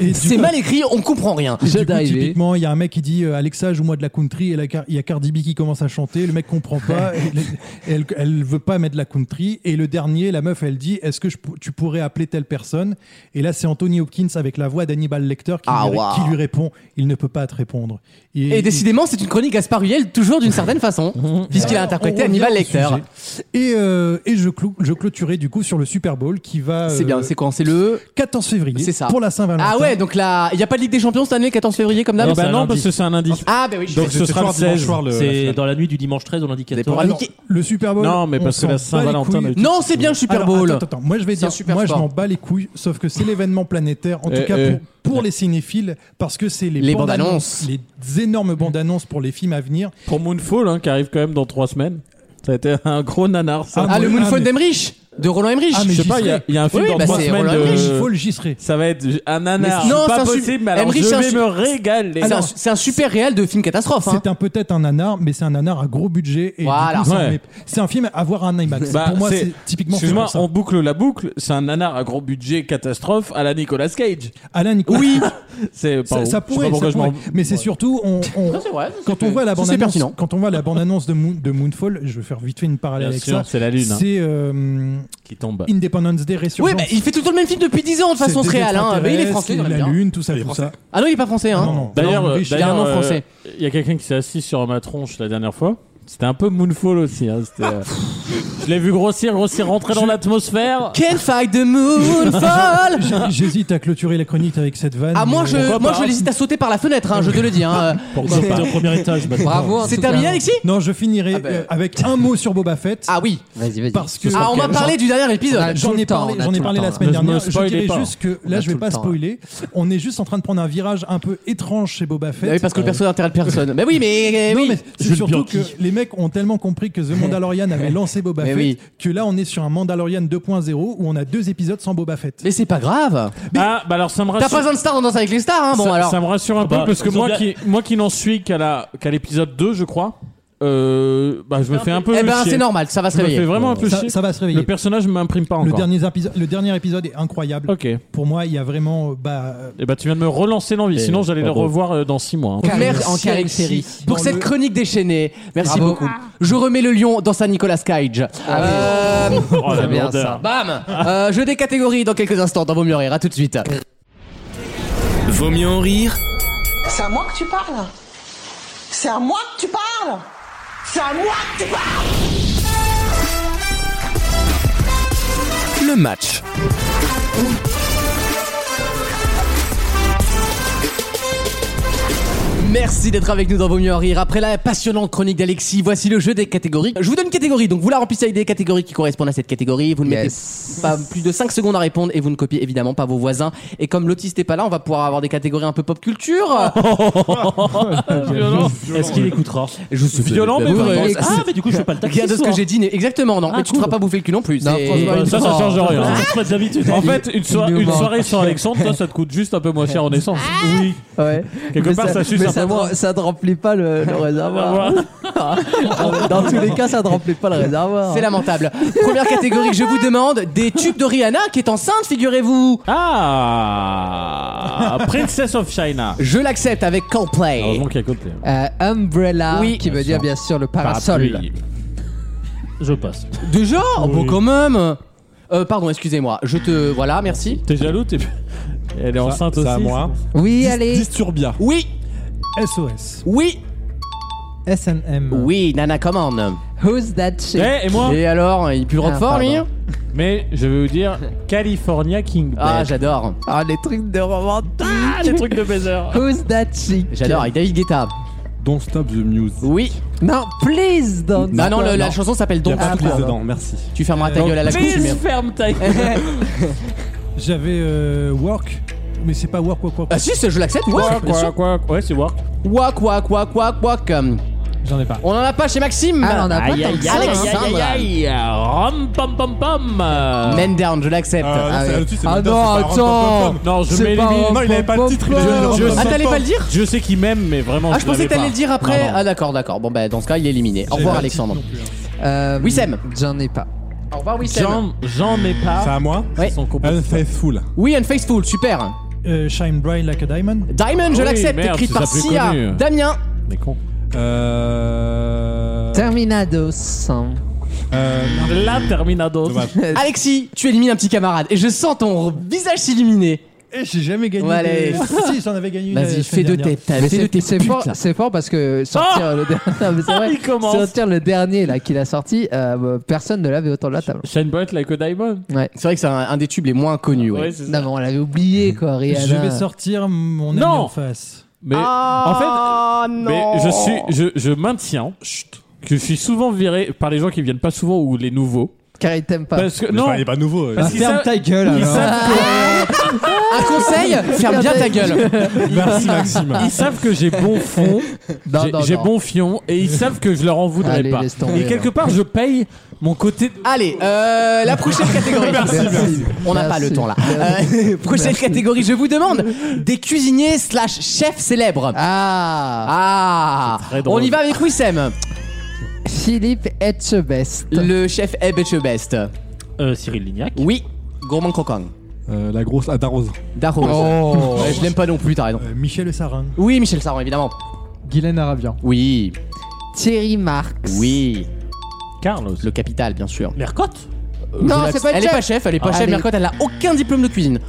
M: et du
B: C'est
M: coup-
B: mal écrit, on comprend rien.
H: Je
M: Du coup,
H: d'arriver.
M: typiquement, il y a un mec qui dit euh, Alexa, joue-moi de la country. Et là, Car- il y a Cardi B qui commence à chanter. Le mec comprend pas. et le- et elle, elle veut pas mettre de la country. Et le dernier, la meuf, elle dit Est-ce que je pour- tu pourrais appeler telle personne Et là, c'est Anthony Hopkins avec la voix d'Hannibal Lecter qui,
B: Ah,
M: lui,
B: waouh.
M: qui lui répond Il ne peut pas te répondre.
B: Et décidément, c'est une chronique Gaspard Huel, toujours d'une certaine façon, puisqu'il a
M: Alors,
B: interprété
M: on revient
B: Hannibal
M: au
B: Lecter.
M: sujet. Et, euh, et je, clou- je clôturai du coup sur le Super Bowl qui va.
B: C'est
M: euh,
B: bien, c'est quand C'est le.
M: 14 février
B: C'est ça.
M: pour la Saint-Valentin.
B: Ah ouais, donc là, il n'y a pas de Ligue des Champions cette année, 14 février comme d'hab
N: Non, bah
D: Bah
N: un
D: non,
N: lundi.
D: parce que c'est un indice.
B: Ah bah oui, je suis
D: Donc ce sera le 16.
N: C'est dans la nuit du dimanche 13 au lundi
B: Vous avez pas
N: 14.
M: Alors,
B: Mickey.
M: le Super Bowl.
D: Non, mais
M: on
D: parce que
M: s'en
D: la
M: bat
D: Saint-Valentin
M: les couilles.
D: n'a eu
B: Non, c'est bien le Super
M: Alors,
B: Bowl.
M: Attends, attends, moi je vais
B: C'est un
M: dire,
B: super
M: moi je
B: sport.
M: m'en bats les couilles, sauf que c'est l'événement planétaire, en
D: Eh,
M: tout cas
D: eh.
M: pour, pour les cinéphiles, parce que c'est les,
B: Les bandes
M: bandes-annonces, les énormes bandes annonces pour les films à venir.
D: Pour Moonfall, hein, qui arrive quand même dans 3 semaines. Ça a été un gros nanar. Ça.
B: Ah, le
M: mais-
B: Moonfall
M: mais-
B: d'Emrich De Roland Emmerich
M: Ah, mais
D: je sais
M: j'y
D: pas, il y, a-
M: serai.
D: il y a un film
B: Oui,
D: dans
B: bah,
D: 3
B: c'est
D: semaines.
B: Roland
D: de-
B: Emmerich,
M: Il faut le gistrer.
D: Ça va être un nanar.
B: Mais- non,
D: pas
B: c'est un su-
D: possible, mais alors
B: Emmerich, c'est
D: je
B: un
D: vais
B: su-
D: me régaler.
B: C'est un- C'est un super réel de film catastrophe. hein.
M: C'est un peut-être un nanar, mais c'est un nanar à gros budget. Et du
B: Voilà.
M: coup, ça en
D: Ouais.
M: met- C'est un film à voir un IMAX.
D: Bah,
M: pour moi, c'est typiquement. fait
D: Excuse-moi,
M: pour ça.
D: on boucle la boucle. C'est un nanar à gros budget catastrophe à la Nicolas Cage.
M: Alain Nicolas.
D: Oui. c'est
M: Ça,
D: pardon,
M: ça
D: je sais
M: pourrait,
D: pas pourquoi
M: ça
D: je m'en-
M: pourrait. mais c'est surtout on- on-
B: Non, c'est vrai, ça,
M: quand
B: c'est-
M: on voit la
B: ça, c'est
M: bande annonce,
B: pertinent.
M: quand on voit la bande annonce de, Moon- de Moonfall, je vais faire vite fait une parallèle
D: Bien
M: avec
D: sûr,
M: ça.
D: c'est la lune, hein.
M: C'est euh,
D: qui tombe.
M: Independence Day Résurgence.
B: Oui, bah, il fait tout le temps le même film depuis 10 ans de
M: C'est
B: façon
M: des
B: réelle. Hein. Mais il est
M: extraterrestres,
B: français,
M: c'est
B: on aime
M: La
B: bien.
M: lune, tout ça, tout ça.
B: Ah non, il est pas français. Hein.
M: Non, non.
D: D'ailleurs,
M: Non,
D: euh,
M: riche.
B: y a un
D: d'ailleurs,
B: nom
D: euh,
B: français.
D: il y a quelqu'un qui s'est assis sur ma tronche la dernière fois. C'était un peu Moonfall aussi. hein, c'était, euh, je l'ai vu grossir, grossir, rentrer dans l'atmosphère.
B: Can't fight the moonfall
M: J- J'hésite à clôturer la chronique avec cette vanne.
B: Ah, moi,
M: mais-
B: je, moi,
D: pas
B: je l'hésite à sauter par la fenêtre, hein, je te le dis. Hein.
N: Pourquoi pas Au premier étage. bah, maintenant.
H: Bravo. en
B: C'est
H: tout cas.
B: terminé, Alexis
M: Non, je finirai
B: Ah bah.
M: euh, avec un mot sur Boba Fett.
B: Ah oui.
H: Vas-y, vas-y.
M: Parce que-
B: Ah, on m'a parlé du dernier épisode.
M: J'en
H: tout
M: ai
H: le temps,
M: parlé,
H: on a
M: j'en ai
H: tout
M: parlé
H: le
M: la
H: temps.
M: semaine
D: Ne me
M: dernière. Je
D: spoilez
M: dirais
D: pas.
M: juste que
H: On
M: là,
H: a
M: je vais
H: tout le
M: pas
H: temps,
M: spoiler. On est juste en train de prendre un virage un peu étrange chez Boba
B: Ah
M: Fett.
B: oui, parce que le perso n'intéresse personne. Mais oui, mais. eh,
M: Non,
B: oui.
M: mais c'est
N: Jules
M: surtout
N: Bianchi.
M: que les mecs ont tellement compris que The Mandalorian avait lancé Boba
B: Mais
M: Fett
B: oui.
M: que là, on est sur un Mandalorian 2.0 où on a deux épisodes sans Boba Fett.
B: Mais c'est pas grave.
D: Ah, bah alors ça me
B: T'as
D: rassure.
B: pas besoin de star dans Danse avec les stars, hein. Bon,
D: ça,
B: alors.
D: ça me rassure un peu
N: bah,
D: parce que
N: ils ont
D: moi
N: bien-
D: qui, moi qui n'en suis qu'à la- qu'à l'épisode 2, je crois, euh, bah, je me fais un peu.
B: Eh ben,
D: chier.
B: c'est normal, ça va se
D: Je me fais
B: réveiller.
D: vraiment un peu
M: Ça,
D: chier.
M: ça va se réveiller.
D: Le personnage ne m'imprime pas
M: Le
D: encore.
M: dernier, épisode, le dernier épisode est incroyable.
D: Ok. Et
M: Pour moi, il y a vraiment. euh, Bah, euh,
D: bah tu viens de me relancer l'envie.
N: Et-
D: Sinon j'allais
N: Eh, pas
D: le
N: drôle.
D: revoir euh, dans 6 mois. hein.
H: Carré-
B: Merci
H: en carré
B: Alexis,
H: série.
B: pour
M: Dans
B: cette
M: le-
B: chronique déchaînée. Merci
H: Bravo.
B: beaucoup. Je remets le lion dans sa Nicolas Cage. Euh,
N: Oh, la
H: C'est Ah bien
N: lourdeur.
H: ça.
B: Bam Euh, Jeu des catégories dans quelques instants dans Vaut mieux rire. À tout de suite.
A: Vaut mieux en rire
O: C'est à moi que tu parles C'est à moi que tu parles C'est à moi que tu parles
A: le match.
B: Merci d'être avec nous dans Vaut mieux en rire. Après la passionnante chronique d'Alexis, voici le jeu des catégories. Je vous donne une catégorie, donc vous la remplissez avec des catégories qui correspondent à cette catégorie. Vous ne
H: Yes.
B: mettez pas plus de 5 secondes à répondre et vous ne copiez évidemment pas vos voisins. Et comme l'autiste est pas là, on va pouvoir avoir des catégories un peu pop
H: Ah,
B: culture.
N: Est-ce qu'il écoutera
B: Je suis
D: Violent, mais vrai.
N: Ah, mais du coup, je fais pas le taxi.
B: Rien de ce que j'ai dit n'est exactement non. mais tu te feras pas bouffer le cul non plus.
H: Ah, Non,
B: C'est-
H: franchement,
D: Bah, ça, ça change rien.
N: Ça se passe Ah, d'habitude.
D: En fait, une, soir-
H: il nous
D: une
H: manque.
D: soirée sans Alexandre, toi, ça te coûte juste un peu moins cher en essence.
B: Ah.
D: Oui.
H: Ouais.
D: Quelque
H: Mais
D: part, ça suce
H: mais
D: un peu
H: te-
D: moins.
H: ça ne remplit pas le, le réservoir. Dans tous les cas, ça ne remplit pas le réservoir.
B: C'est lamentable. Première catégorie que je vous demande des tubes de Rihanna qui est enceinte, figurez-vous.
D: Ah Princess of China.
B: Je l'accepte avec Coldplay.
D: Heureusement qu'il y a côté.
H: Euh, umbrella,
B: Oui.
H: qui veut dire bien sûr le parasol.
D: Parapluie.
N: Je passe.
B: Déjà Oh, bon, quand même. Euh, pardon, excusez-moi. Je te voilà, merci.
D: T'es jaloux t'es- Elle est enceinte aussi.
F: C'est à moi.
H: Oui, allez.
F: Disturbia.
B: Oui,
M: SOS.
B: oui,
L: SNM.
B: oui. Nana commande.
H: Who's that
D: Eh,
H: shit
D: et moi
B: Et alors, il pue le
H: Ah,
B: Roquefort, lui
H: pardon.
D: Mais je vais vous dire California King Bed.
B: Ah, j'adore.
H: Ah, les trucs de romantique.
N: Les trucs de baiser.
H: Who's that chick
B: J'adore avec David Guetta.
F: Don't stop the music.
B: Oui.
H: Non, please don't.
B: Ah non, le- la chanson s'appelle
F: Il y
B: Don't
F: a pas
B: Stop.
F: de prise dedans, merci.
B: Tu fermeras ta
M: Euh,
B: gueule à la coupe, tu mets-
N: ferme ta
M: J'avais euh, Work, mais c'est pas Work, Work, Work.
B: Ah si, ça, je l'accepte. Ouais,
D: Quoi,
B: bien sûr.
D: quoi, quoi, Ouais, c'est Work.
B: Wak wak wak wak wak.
L: J'en ai pas.
B: On en a pas chez Maxime.
H: Ah, on en a pas
B: Aïe,
H: tant que
B: aïe,
H: ça,
B: Alex,
H: hein.
B: Alexandre.
D: aïe, aïe. Rom pam pam pam.
B: Men down, je l'accepte.
F: Ah,
H: ouais.
F: c'est- là-dessus, c'est
H: Ah
F: même pas- c'est
H: non,
F: pas un
H: attends.
F: pom-pom-pom.
D: Non, je
H: C'est
D: m'élimine.
H: pas-
F: Non, il avait pas le titre. il avait le
D: Je-
F: pom-pom.
B: Ah, t'allais pas le dire
D: Je sais qui m'aime, mais vraiment.
B: Ah, je pensais
D: l'avais
B: que t'allais
D: pas.
B: le dire après.
D: Non, non.
B: Ah, d'accord, d'accord. Bon, bah, dans ce cas, il est éliminé. Au revoir, Alexandre.
H: Euh,
B: Wissem.
H: J'en ai pas.
D: hein.
B: Au revoir, Wissem.
D: J'en, j'en ai
F: C'est
D: pas.
F: à moi Ah,
B: Ouais.
D: Son compo-
F: Unfaithful.
B: Oui, Unfaithful, super.
M: Euh, Shine Bright Like a Diamond.
B: Diamond, je
D: Ah Oui,
B: l'accepte,
D: merde,
B: écrite
D: c'est sa
B: par
D: plus
B: Sia.
D: connue.
B: Damien.
D: Mais con.
F: Euh.
H: Terminados.
F: Euh.
D: La Terminados.
F: Dommage.
B: Alexis, tu élimines un petit camarade. Et je sens ton visage s'illuminer.
M: Et Eh, j'ai jamais gagné.
B: Ouais, allez.
M: de- Si, j'en avais gagné une. euh, la
B: Vas-y,
M: semaine
B: fais de
M: dernière.
B: tes
H: Mais
B: fais de
H: c'est-
B: tes
H: c'est
B: putes, Ah
H: fort,
B: là.
H: c'est fort parce que sortir le dernier, Non, mais c'est vrai,
N: Il commence.
H: sortir le dernier là qu'il a sorti, euh, personne ne l'avait autour de la table.
D: Shine Bright Like a Diamond.
H: Ouais.
B: C'est vrai que c'est un, un des tubes les moins connus. Ouais.
N: Ouais, c'est ça.
H: Non, mais on l'avait oublié quoi, Rihanna.
M: Je vais sortir mon ami
D: Non.
M: en face.
D: Mais
B: Ah,
D: en fait, mais je suis, je, je maintiens que je suis souvent viré par les gens qui viennent pas souvent ou les nouveaux.
H: Car il t'aime
F: Ah.
H: pas.
D: Parce que non,
F: il est pas nouveau. euh,
D: parce qu'ils
L: Ferme
D: savent-
L: ta gueule
D: ils
L: alors.
D: savent
B: Un conseil, ferme bien ta gueule.
F: Merci
B: Ah.
F: Maxime.
D: ils savent que j'ai bon fond,
H: Non,
D: j'ai-
H: non,
D: j'ai
H: non.
D: bon fion, et ils savent que je leur en voudrais
H: Allez,
D: pas.
H: laisse tomber,
D: et quelque part, je paye mon côté.
B: Allez, euh, la prochaine catégorie. On n'a pas
H: Merci.
B: le temps là. Euh, prochaine catégorie, je vous demande des cuisiniers slash chefs célèbres. Ah,
H: Ah,
B: on y va avec Wissem.
H: Philippe Etchebest.
B: Ah. Le chef Ebechebest.
N: Euh, Cyril Lignac.
B: Oui, gourmand croquant.
F: Euh, la grosse Ada Rose.
B: Darose. Ouais, je l'aime pas non plus, t'as raison.
M: Euh, Michel Sarin.
B: Oui, Michel Saran, évidemment.
L: Guylaine Arabian.
B: Oui,
H: Thierry Marx.
B: oui.
N: Carlos.
B: Le capital, bien sûr.
N: Mercotte.
B: Euh,
H: Non,
B: je l'ac-
H: c'est pas le
B: Elle est
H: chef.
B: pas chef, elle est pas
H: Ah,
B: chef.
H: allez.
B: Mercotte, elle a aucun diplôme de cuisine.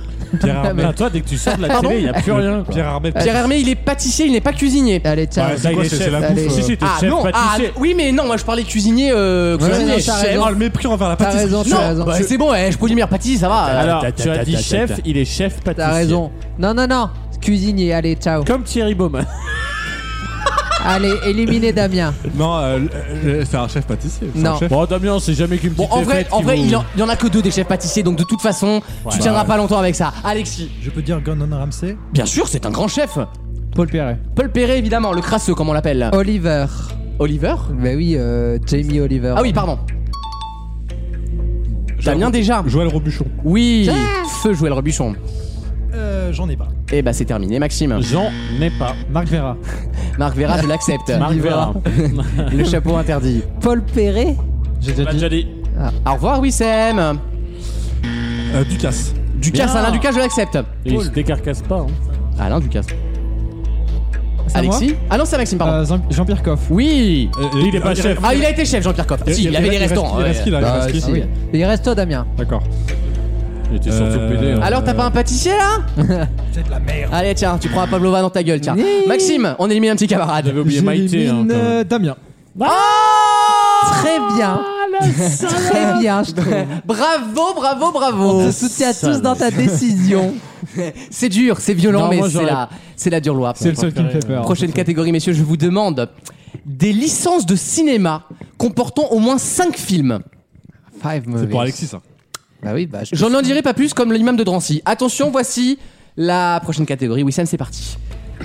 F: Pierre Armel.
N: Bah, toi, dès que tu sors de la télé, il n'y a plus rien.
F: Pierre Armel.
B: Pierre Hermé, il est pâtissier, il n'est pas cuisinier.
H: Allez, tiens.
F: Ouais,
N: Là,
F: c'est
N: il
F: quoi
N: est
F: C'est
N: chef.
F: c'est la
H: Allez.
F: bouffe.
N: Si, si, t'es
B: Ah
N: chef
B: non, ah,
N: pâtissier.
B: oui, mais non, moi je parlais cuisinier. euh, cuisinier,
H: non, t'as
B: chef.
H: raison.
F: Oh, le mépris envers la
H: T'as
F: pâtisserie.
H: raison,
B: Non,
H: t'as raison.
B: bah, c'est bon, eh, je produis meilleur pâtissier, ça va.
N: Alors,
F: Ta, ta,
N: tu as
F: ta,
N: dit
F: ta, ta,
N: chef,
F: ta.
N: il est chef pâtissier.
H: T'as raison. Non, non, non. Cuisinier, allez, ciao.
D: Comme Thierry Baumann.
H: Allez, éliminez Damien.
F: Non, euh, euh, c'est un chef pâtissier. C'est un
H: Non.
F: chef.
D: Bon, Damien, c'est jamais qu'une
B: Bon,
D: petite
B: en vrai,
D: défaite
B: en
D: qui
B: vrai
D: vous-
B: il, en, il y en a que deux des chefs pâtissiers, donc de toute façon, tu tiendras pas longtemps avec ça. Alexis,
M: Je peux dire Gordon Ramsay.
B: bien sûr, c'est un grand chef.
L: Paul Perret.
B: Paul Perret, évidemment, le crasseux, comme on l'appelle.
H: Oliver.
B: Oliver
H: Bah oui, euh, Jamie Oliver.
B: Ah oui, pardon. Damien déjà.
F: Joël Robuchon.
B: Oui, feu Joël Rebuchon.
M: Euh, J'en ai pas.
B: Et bah c'est terminé, Maxime.
D: J'en ai pas.
L: Marc Vera.
B: Marc Vera, je l'accepte.
D: Marc Vera.
B: Le chapeau interdit.
H: Paul Perret.
L: J'ai déjà
D: Bah,
L: dit.
D: déjà dit.
B: Au revoir, Wissem.
F: Euh, Ducasse.
B: Ducasse,
D: Bien.
B: Alain Ducasse, je l'accepte.
D: Et il se décarcasse pas. hein.
B: Alain Ducasse.
L: C'est à moi
B: Alexis Ah non, c'est à Maxime, pardon.
L: Euh, Jean- Jean-Pierre Coff.
B: Oui.
F: Euh,
D: Il est pas chef.
B: Ah, il a été chef, Jean-Pierre Coff. si, il, avait des restaurants.
F: Il
B: ouais.
F: reste qui là Il
H: Bah,
F: reste qui
H: si. Il reste toi, Damien.
F: D'accord.
D: Il était surtout
F: Euh,
D: pédé. hein.
B: Alors, t'as pas un pâtissier là C'est de la merde. Allez, tiens, tu prends un Pavlova dans ta gueule, tiens. Maxime, on élimine un petit camarade. Oh
D: J'avais oublié Maïté. hein,
L: J'élimine
D: quand même.
L: euh, Damien.
B: Ah,
H: Très bien. Très bien, je trouve.
B: Bravo, bravo, bravo.
H: On te soutient tous dans ta décision.
B: C'est dur, c'est violent,
D: Non,
B: mais
D: moi,
B: c'est
D: j'aurais-
B: la, c'est la dure loi.
L: C'est le seul qui me fait peur.
B: Prochaine catégorie, messieurs, je vous demande des licences de cinéma comportant au moins 5 films.
H: Five movies.
F: C'est pour Alexis ça.
H: Bah oui, bah je.
B: J'en en dirai pas plus, comme l'imam de Drancy. Attention, voici la prochaine catégorie. Wissam, c'est parti.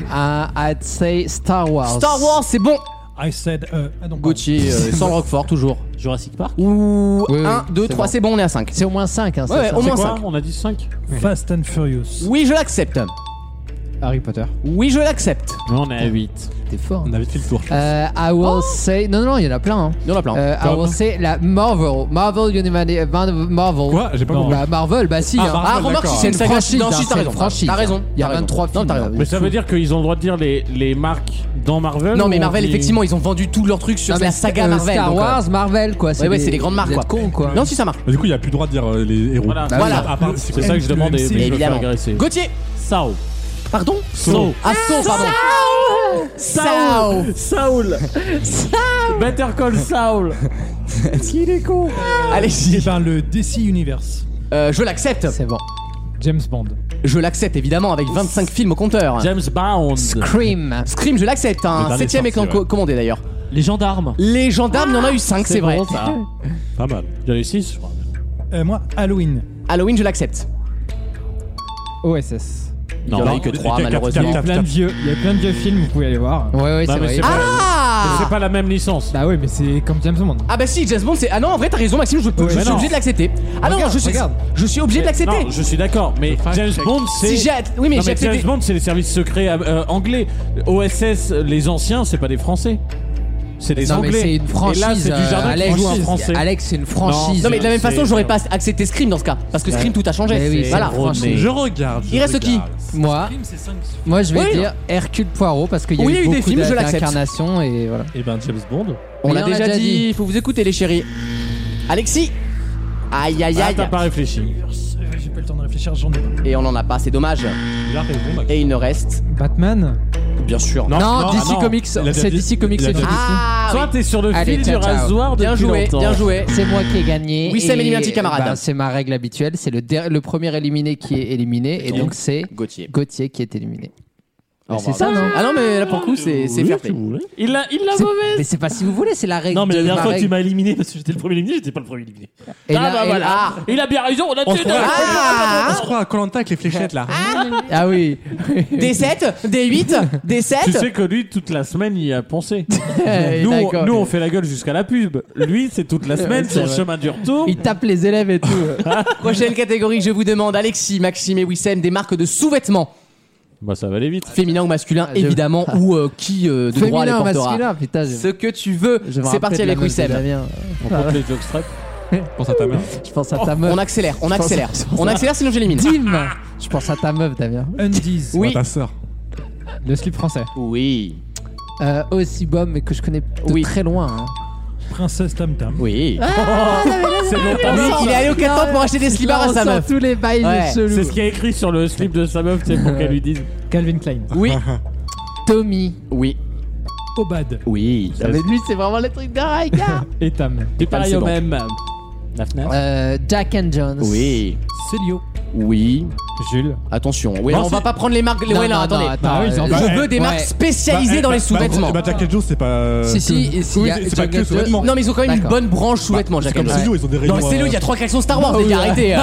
H: Ah, I'd say Star Wars.
B: Star Wars, c'est bon.
M: I said. euh, ah non, pardon.
B: Gauthier, euh, sans Roquefort, toujours.
N: Jurassic Park.
B: Ou
H: Oui, oui,
B: 1, 2,
H: c'est
B: 3,
H: bon.
B: c'est bon, on est à 5.
H: C'est au moins 5, hein, c'est
B: Ouais, ouais,
H: ça
B: au moins
D: Quoi
B: 5.
D: On a dit 5
M: Fast and Furious.
B: Oui, je l'accepte.
L: Harry Potter.
B: Oui, je l'accepte.
D: Non, on est à 8.
H: T'es fort.
F: On avait fait le tour. je pense.
H: Euh, I will
B: Oh.
H: say. Non, non, non, il y en a plein. Hein.
B: Il y en a plein.
H: Euh, I will say la Marvel. Marvel Universe. euh, Mar- Marvel.
F: Quoi J'ai pas
H: Non.
F: compris.
H: Bah, Marvel, bah si.
B: Ah,
H: hein.
F: Marvel,
B: ah, remarque,
F: d'accord.
B: si c'est une
H: Une
B: saga.
H: franchise,
B: non,
H: hein,
B: si, t'as
H: c'est
B: raison.
H: une franchise,
B: T'as raison.
H: hein. Il y a
B: t'as raison.
H: 23
B: Non,
H: films,
B: t'as raison.
H: hein.
D: Mais ça veut dire qu'ils ont le droit de dire les, les marques dans Marvel
B: Non, mais
D: ou on
B: Marvel,
D: dit-
B: effectivement, ils ont vendu tout leur truc sur
H: Non, mais
B: la saga
H: euh,
B: Marvel.
H: Star
B: donc, euh,
H: Wars, Marvel, quoi.
B: Ouais, ouais,
H: des-
B: c'est les grandes marques,
H: vous
B: quoi.
H: êtes cons, quoi.
B: Non, si ça marche.
F: Bah, Du coup, il y a plus le droit de dire euh, les héros.
D: Voilà.
B: Voilà.
F: À part-
D: C'est ça que je demandais. mais
M: MC.
D: je me fais
B: Évidemment.
D: agresser.
B: Gauthier
N: Sao.
B: Pardon
D: So.
B: Ah, Saul, pardon. Sao
N: Saoul. Better Call Saul.
M: Eh
B: Allez-y.
M: ben le DC Universe.
B: Euh, je l'accepte.
H: C'est bon.
D: euh,
L: James Bond.
D: Ah,
B: Je l'accepte, évidemment, avec 25 films au compteur.
D: James Bond.
H: Cream.
B: Scream, je l'accepte.
F: Le
B: Un
F: dernier
B: septième est
F: sorti,
B: com- commandé d'ailleurs.
N: Les gendarmes.
B: Les gendarmes, il y en a eu 5, c'est vrai.
N: bon, ça.
F: Pas mal.
D: Il y en a eu 6, je crois.
M: Euh, moi, Halloween.
B: Halloween, je l'accepte.
L: OSS.
B: Il y en a eu que
F: Et
B: 3,
F: quatre-
L: Il
B: malheureusement.
L: y a
F: Cap,
L: plein
F: cap.
L: de vieux. Il y a plein de vieux films, vous pouvez aller voir.
H: Ouais, ouais,
D: Non,
H: c'est
D: mais
H: vrai.
D: c'est pas,
B: Ah
D: c'est pas la même licence.
L: Bah ouais, mais c'est comme James Bond.
B: Ah bah si, James Bond, c'est. Ah non, en vrai, t'as raison, Maxime, je, peux-
L: Ouais,
B: je
L: mais
B: suis
D: non.
B: obligé de l'accepter. Ah non, je suis, je suis obligé de l'accepter.
D: Non, je suis d'accord, mais James Bond, c'est.
B: Si j'ai. Oui, mais
D: Non,
B: j'ai
D: mais James
B: accepté.
D: Bond, c'est les services secrets euh, anglais. OSS, les anciens, c'est pas des Français. C'est des
H: Non, mais
D: anglais.
H: c'est une
D: Et là,
H: franchise.
D: c'est
H: euh,
D: du jardin qui
H: Alex,
D: joue en français.
H: Alex, c'est une franchise.
B: Non, mais de la même
D: C'est-
B: façon, j'aurais pas accepté Scream dans ce cas. Parce que Scream, tout a
H: Mais
B: changé.
H: oui, c'est
B: voilà.
H: drôle.
D: Rodney.
F: Je regarde.
B: Il reste qui
H: Moi, moi, je vais
B: Oui.
H: dire Hercule Poirot parce qu'il y a
B: Oh Oui,
H: eu,
B: il y a eu des
H: beaucoup
B: films, je
H: d'a-
B: l'accepte.
H: d'incarnations et voilà.
N: Eh
F: Et ben James Bond.
B: On
H: Mais
B: l'a
H: on l'a
B: déjà
H: déjà
B: dit, faut vous écouter, les chéris. Alexis Aïe aïe
D: Ah,
B: aïe
D: t'as pas réfléchi.
M: J'ai pas le temps de réfléchir. réfléchir, j'en ai pas.
B: Et on n'en a pas, c'est dommage. Et il ne reste.
L: Batman
D: Bien sûr.
B: Non, DC Comics, c'est DC Comics, c'est tout. Ah,
D: Toi,
B: oui.
D: t'es sur le fil du rasoir
B: Bien
D: depuis
B: joué,
D: longtemps.
B: bien joué.
H: C'est moi qui ai gagné.
B: Oui, Sam
H: et,
B: élimine un petit camarade.
H: ben, c'est ma règle habituelle. C'est le, der- le premier éliminé qui est éliminé. Et
B: donc,
H: donc, c'est
B: Gauthier.
H: Gauthier qui est éliminé.
B: Au
H: C'est
B: revoir.
H: ça, non
B: Ah non, mais là pour le coup, c'est c'est fair play.
N: Il l'a il l'a
H: C'est-
N: mauvaise.
H: Mais c'est pas si vous voulez, c'est la règle.
N: Non, mais la
H: de-
N: dernière
H: ma
N: fois que tu
H: règle.
N: m'as éliminé parce que j'étais le premier éliminé, j'étais pas le premier éliminé.
H: Et
N: ah
H: là-
N: bah
H: et-
N: voilà.
H: ah.
N: Il a bien raison, on a
D: On
N: tué
D: se
N: deux.
D: croit-
B: Ah
D: On se croit à Colanta avec les fléchettes là.
F: Bah,
H: Ah oui.
B: D7, D8,
D: Tu
B: D7.
D: sais que lui, toute la semaine, il y a pensé.
H: Eh,
D: Nous, on,
H: d'accord.
D: nous, on fait la gueule jusqu'à la pub. Lui, c'est toute la semaine
H: c'est
D: sur le
H: vrai.
D: chemin du retour.
H: Il tape les élèves et tout.
B: Prochaine catégorie, je vous demande, Alexis, Maxime et Wissem, des marques de sous-vêtements,
D: Bah, ça va aller vite.
B: féminin ou masculin,
H: je-
B: évidemment, ou euh, qui euh, de droit les
H: Féminin,
B: portera.
H: masculin, putain. je-
B: Ce que tu veux,
H: je me
B: c'est
H: rappelle
B: parti
H: de la
B: avec
H: meuf de
B: Wissem.
H: Damien.
D: On compte les jockstraps. Pense à ta mère.
H: Je pense à ta meuf.
B: Oh, On accélère, on
H: Je pense-
B: accélère.
H: je pense
B: On
H: à-
B: accélère sinon j'élimine.
H: Dim Je pense à ta meuf, Damien.
M: Undies.
B: Oui.
F: Ta sœur.
L: Le slip français.
B: Oui.
H: Euh, aussi bomb, mais que je connais de
B: Oui.
H: très loin. hein.
M: Princesse Tam Tam.
B: Oui.
D: C'est longtemps.
B: Oui, Ah, il est allé au 4
H: Non,
B: pour acheter des slibards
H: Là,
B: à
H: on
B: sa
H: sent
B: meuf.
H: tous les bails
B: Ouais.
H: chelous.
D: C'est ce qui est écrit sur le slip de sa meuf, c'est pour qu'elle lui dise.
L: Calvin Klein.
B: Oui.
H: Tommy.
B: Oui.
M: Obad.
B: Oui.
H: Ah, mais lui, c'est vraiment le truc de Raika.
L: Et Tam.
D: Et pareil
B: c'est
D: au
B: bon.
D: même. La FNAF.
H: euh, Jack and Jones.
B: Oui.
L: Célio.
B: Oui.
L: Jules.
B: Attention. Oui, on va pas prendre les marques. les-
H: Non,
B: ouais, non,
H: non,
B: attendez.
H: non, attends,
L: Ah oui, ils ont-
H: euh,
L: Bah,
B: Je
L: eh,
B: veux des
H: ouais.
B: marques spécialisées
F: Bah,
B: dans
F: eh,
B: les
F: bah,
B: sous-vêtements.
F: Bah, Jack and Joe, c'est pas.
H: Si, si,
F: que-
H: et s'il
F: Oui,
H: y a
F: c'est pas
H: Jack
F: que
H: and Joe-
F: sous-vêtements.
B: Non, mais ils ont quand même une
H: D'accord.
B: bonne branche sous-vêtements, Jack and
F: Parce que
B: Jones.
F: Célio, ils ont des
B: Dans
F: rayons.
B: le cello, il y a
F: euh,
B: trois klaxons Star Wars, les gars, arrêtez. euh.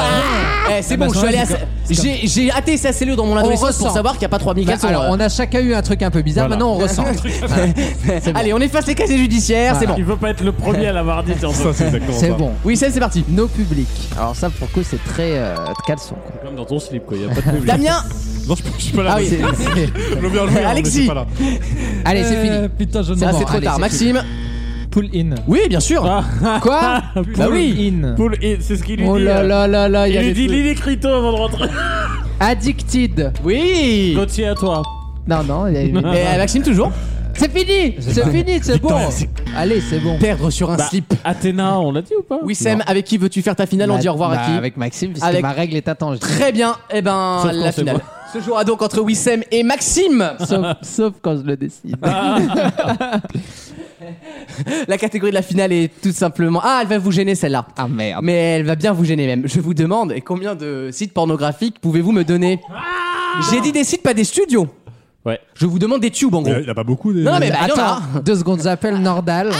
B: Eh, c'est
L: Ah,
B: bon,
L: bah,
B: je suis
L: ça
B: allé
L: va,
B: à.
L: c'est
B: J'ai j'ai hâté sa cellule dans mon adolescence pour
H: ressent.
B: savoir qu'il n'y a pas 3000
H: Bah,
B: klaxons.
H: alors,
B: euh.
H: on a chacun eu un truc un peu bizarre. Maintenant, on ressent. bon.
B: Allez, on efface les casiers judiciaires, c'est bon.
D: Il veut pas être le premier à l'avoir dit sur
F: Ça, c'est exactement
H: C'est
F: ça.
H: bon.
B: Oui, c'est c'est parti.
H: Nos publics. Alors, ça, pour le coup, c'est très euh, caleçon. quoi.
D: Comme dans ton slip, quoi. Il a pas de public.
B: Damien
F: Non, je peux- je suis pas là.
B: Ah oui.
H: C'est- c'est-
F: Je veux bien le faire, mais
B: Alexis.
F: je suis pas là.
H: Allez, c'est
M: Euh,
H: fini.
M: Putain, je ne
H: Ça,
B: Ah,
H: Bon,
B: c'est trop
H: allez,
B: tard.
H: c'est
B: Maxime
L: Pull in.
B: Oui, bien sûr.
D: Ah.
H: Quoi
B: Bah oui.
L: In.
D: Poule, et c'est ce qu'il lui
H: Oh
D: dit.
H: là
D: euh.
H: là là là, il y
D: Il
H: a
D: lui
H: des
D: dit
H: trucs.
D: Lily Crito avant de rentrer.
H: Addicted.
B: Oui.
D: Gauthier, à toi.
H: Non, non, il y a-
B: Et euh, Maxime toujours
H: c'est fini, c'est fini, c'est bon. Allez, c'est bon.
B: Perdre sur un
D: Bah,
B: slip.
D: Athéna, on l'a dit ou pas
B: Oui, Sam, avec qui veux-tu faire ta finale On dit au revoir
H: Bah,
B: à qui
H: Avec Maxime, puisque
B: Avec-
H: ma règle est attendue.
B: Très bien, eh ben
D: Sauf quand
B: la
D: c'est
B: finale.
D: moi.
B: Ce jouera donc entre Wissem et Maxime.
H: Sauf, sauf quand je le décide.
B: La catégorie de la finale est tout simplement. Ah, elle va vous gêner celle-là.
H: Ah merde.
B: Mais elle va bien vous gêner même. Je vous demande, et combien de sites pornographiques pouvez-vous me donner J'ai dit des sites, pas des studios.
D: Ouais.
B: Je vous demande des tubes en gros.
F: Il y a pas beaucoup. des-
B: Non, mais bah, il y en a. Ah
H: Attends, deux secondes, j'appelle Nordal.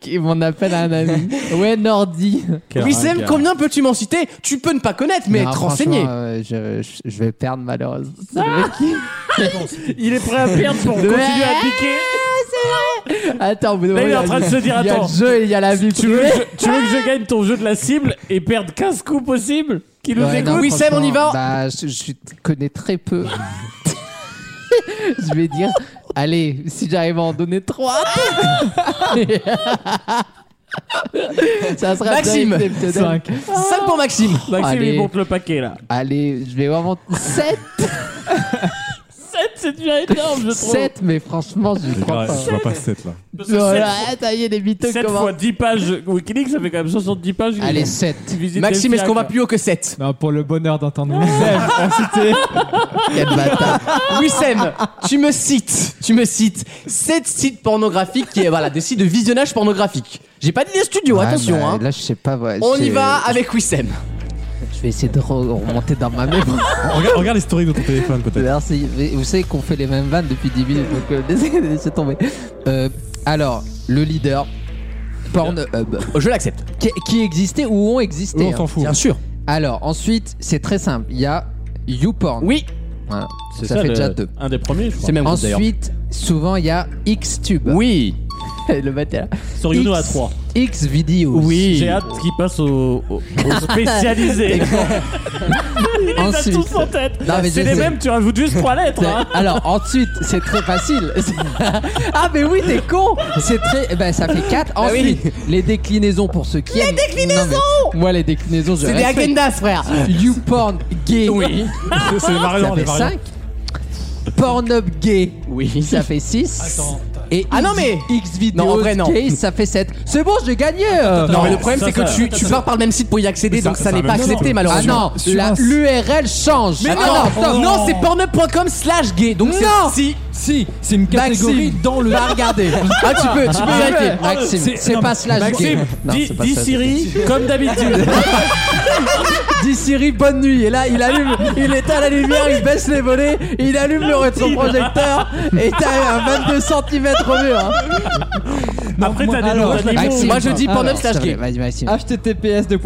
H: Qui m'en appelle un ami. Ouais, Nordi.
B: Wissem, combien peux-tu m'en citer Tu peux ne pas connaître, mais
H: Non,
B: te renseigner. Ah
H: franchement, euh, je, je- je vais perdre malheureusement. C'est le mec qui-
D: Il est prêt à perdre pour continuer à piquer.
H: Attends, au bout d'un
D: Là, il est
H: moment,
D: en train de
H: il y a-
D: se dire,
H: Il y a
D: attends.
H: le jeu et il y a la vie.
D: Tu veux, que je, tu veux que je gagne ton jeu de la cible et perdre 15 coups possibles Qui nous
H: Ouais,
D: écoute
H: non,
B: Oui, Sam, on y va.
H: franchement, Bah, je, je connais très peu. je vais dire, allez, si j'arrive à en donner trois. ça sera
B: Maxime.
H: bien exceptionnel. euh,
B: 5 pour Maxime.
D: Maxime,
H: Allez.
D: il monte le paquet là.
H: Allez, je vais vraiment 7
N: 7, c'est déjà énorme, je trouve.
H: 7 mais franchement, je
F: Je
H: crois
F: vois-
H: pas.
F: je vois pas 7 là.
H: Voilà, ça y est, les mythos
D: 7
H: commencent.
D: fois 10 pages Wikileaks, ça fait quand même 70 pages.
H: Allez, 7.
D: Visite
B: Maxime,
D: des
B: est-ce qu'on va
D: fiacres.
B: plus haut que 7
L: Non, pour le bonheur d'entendre Wissem.
H: Quel bâtard.
B: Wissem, tu me cites, tu me cites 7 sites pornographiques qui est voilà des sites de visionnage pornographique. J'ai pas dit des studios,
H: Ouais,
B: attention.
H: mais
B: hein.
H: Là, je sais pas. ouais,
B: On y
H: j'ai-
B: va avec Wissem.
H: Je vais essayer de re- remonter dans ma mémoire.
F: Regarde, regarde l'historique de ton téléphone peut-être.
H: Merci. Mais Vous savez qu'on fait les mêmes vannes depuis 10 minutes, donc euh, laissez, laissez tomber. Euh, alors, le leader. Pornhub.
B: Je l'accepte.
H: Qui, qui existait ou ont existé.
F: Nous, on
H: hein.
F: s'en fout.
B: Bien sûr.
H: Alors, ensuite, c'est très simple. Il y a YouPorn.
B: Oui.
H: Voilà.
D: C'est
H: Ça, fait
D: le-
H: déjà deux.
D: Un des premiers, je crois.
B: C'est même gros, d'ailleurs.
H: Ensuite, souvent, il y a Xtube.
B: Oui.
H: le mec est là.
D: Soriono
H: X-
D: à 3.
H: X vidéos.
D: J'ai hâte qu'il passe au, au, au spécialisé.
H: Ensuite.
D: Tous en tête.
H: Non, mais
D: C'est
H: je
D: les
H: sais.
D: mêmes, tu rajoutes juste 3 lettres.
H: C'est-
D: hein.
H: Alors ensuite, c'est très facile. ah mais oui, t'es con. C'est très, ben ça fait 4
B: Bah
H: Ensuite, les déclinaisons pour ceux qui les déclinaisons. moi les déclinaisons, je
B: C'est des
H: respecte.
B: agendas, frère.
H: YouPorn gay.
F: C'est c'est les
H: Ça
D: Ah
F: variants, les
H: fait
F: variants.
H: 5 Pornhub gay.
B: Oui.
H: Ça fait 6
M: Attends, attends,
H: Et
B: Ah non, mais-
H: X
B: Non, en
H: vidéos
B: vrai, non.
H: case, ça fait 7. C'est bon, j'ai gagné euh.
B: Non, mais le problème,
D: Ça,
B: c'est que
D: ça-
B: tu,
D: ça-
B: tu
D: ça-
B: pars par le même site pour y accéder,
D: Mais
B: donc
D: ça-
B: ça
D: ça
B: n'est
D: va
B: pas
D: même
B: accepté,
D: temps.
H: Ah
B: malheureusement.
H: non, la- l'URL change.
B: Mais
H: Ah
B: non,
H: stop.
B: non, c'est pornhub.com slash gay. Donc c'est
H: Non.
B: si.
M: Si, c'est une catégorie
B: Maxime.
M: dans le.
H: Va regarder.
B: Ah, tu peux, tu peux vérifier.
H: Maxime,
M: c'est-
H: c'est
M: non,
H: pas slash
D: Maxime,
H: gay. Non,
D: dis,
H: c'est pas
D: dis
H: slash
D: Siri comme d'habitude.
B: Dis Siri, bonne nuit. Et là, il allume, il éteint la lumière, il baisse les volets, il allume le rétroprojecteur et t'as un 22 cm au mur. hein.
N: Après, t'as des
L: alors,
N: nouveaux
L: je la
N: animaux.
H: Maxime,
B: Moi, je dis
H: alors,
B: pornhub slash
H: c'est vrai,
B: gay.
H: Vas-y, Maxime.
L: https de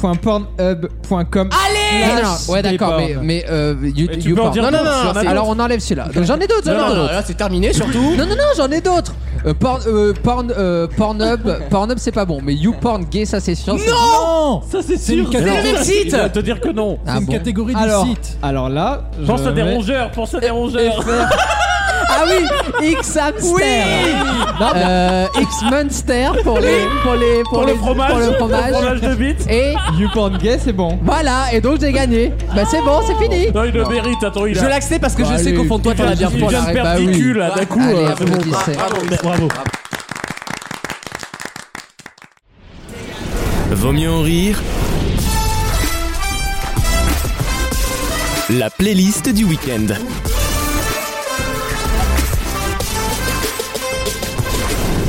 L: fr.pornhub.com
H: Ah, non, ouais, d'accord,
L: Porn.
H: mais, mais euh, you,
D: Mais tu
H: you
D: peux en
H: porn.
D: dire
H: Non, non,
D: d'autres,
H: non,
D: si on a
H: c'est-
D: d'autres.
H: alors on enlève celui-là. Donc, J'en ai d'autres, j'en ai
B: Non, non, non,
H: d'autres.
B: là, c'est terminé surtout.
H: Non, non, non, j'en ai d'autres. Euh, porn, euh, porn, euh, Pornhub, Pornhub, c'est pas bon, mais YouPorn gay, ça c'est sûr. c'est-
M: Non
N: Ça, c'est
M: C'est une
N: sûr.
M: catégorie-
B: C'est le même
D: Il
B: site.
D: va te dire que non.
H: Ah,
M: une
H: bon.
M: catégorie
L: Alors,
M: du site.
L: alors là, je
N: Pense à des
L: vais-
N: rongeurs, pense à des rongeurs.
H: Ah oui, X Hamster. Non, mais- Euh, X Munster pour les pour les pour,
N: Pour
H: les-
N: le fromage.
H: pour le fromage.
N: de bite.
H: Et
L: YouPorn gay, c'est bon.
H: voilà, et donc j'ai gagné. Bah c'est bon, c'est fini.
N: Non, il le mérite, attends, il
B: Je
N: a.
B: l'accepte parce que je
H: Bah,
B: sais
H: allez,
B: qu'au fond de toi, t'en as
N: Il
B: bien
N: vient
B: pour
H: la
N: de
H: règle,
N: perdre
H: bah
N: du
H: oui.
N: cul là, d'un coup.
H: Allez,
N: euh, c'est bon.
H: applaudissez.
N: Bravo.
A: Vaut mieux en rire. La playlist du week-end.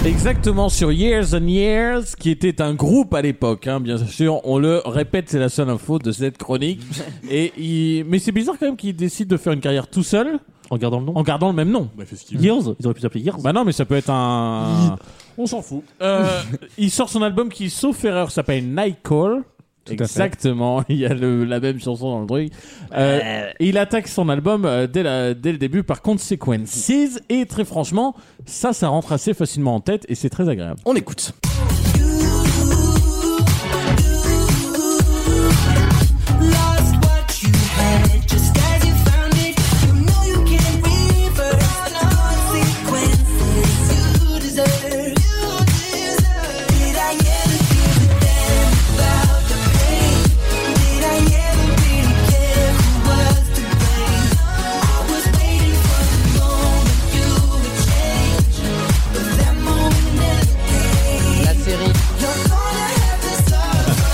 D: Exactement sur Years and Years, qui était un groupe à l'époque, hein, bien sûr. On le répète, c'est la seule info de cette chronique. Et il- Mais c'est bizarre quand même qu'il décide de faire une carrière tout seul
P: En gardant le nom.
D: en gardant le même nom.
P: Years Ils auraient pu s'appeler Years.
D: Bah non, mais ça peut être un. On s'en fout. Euh, il sort son album qui, sauf erreur, s'appelle Night Call.
L: fait.
D: Exactement, il y a le- la même chanson dans le truc. Euh, et Il attaque son album euh, dès, la- dès le début par Consequences. Et très franchement, ça, ça rentre assez facilement en tête et c'est très agréable.
B: On écoute.
Q: Lost what you had just as you found it. You know you can't reverse the consequences you deserve. You deserve. Did I ever give a damn about the pain? Did I ever really care who was to blame? I was waiting for the moment you would change, but that moment never came.
H: La série.
Q: You're gonna have to suffer.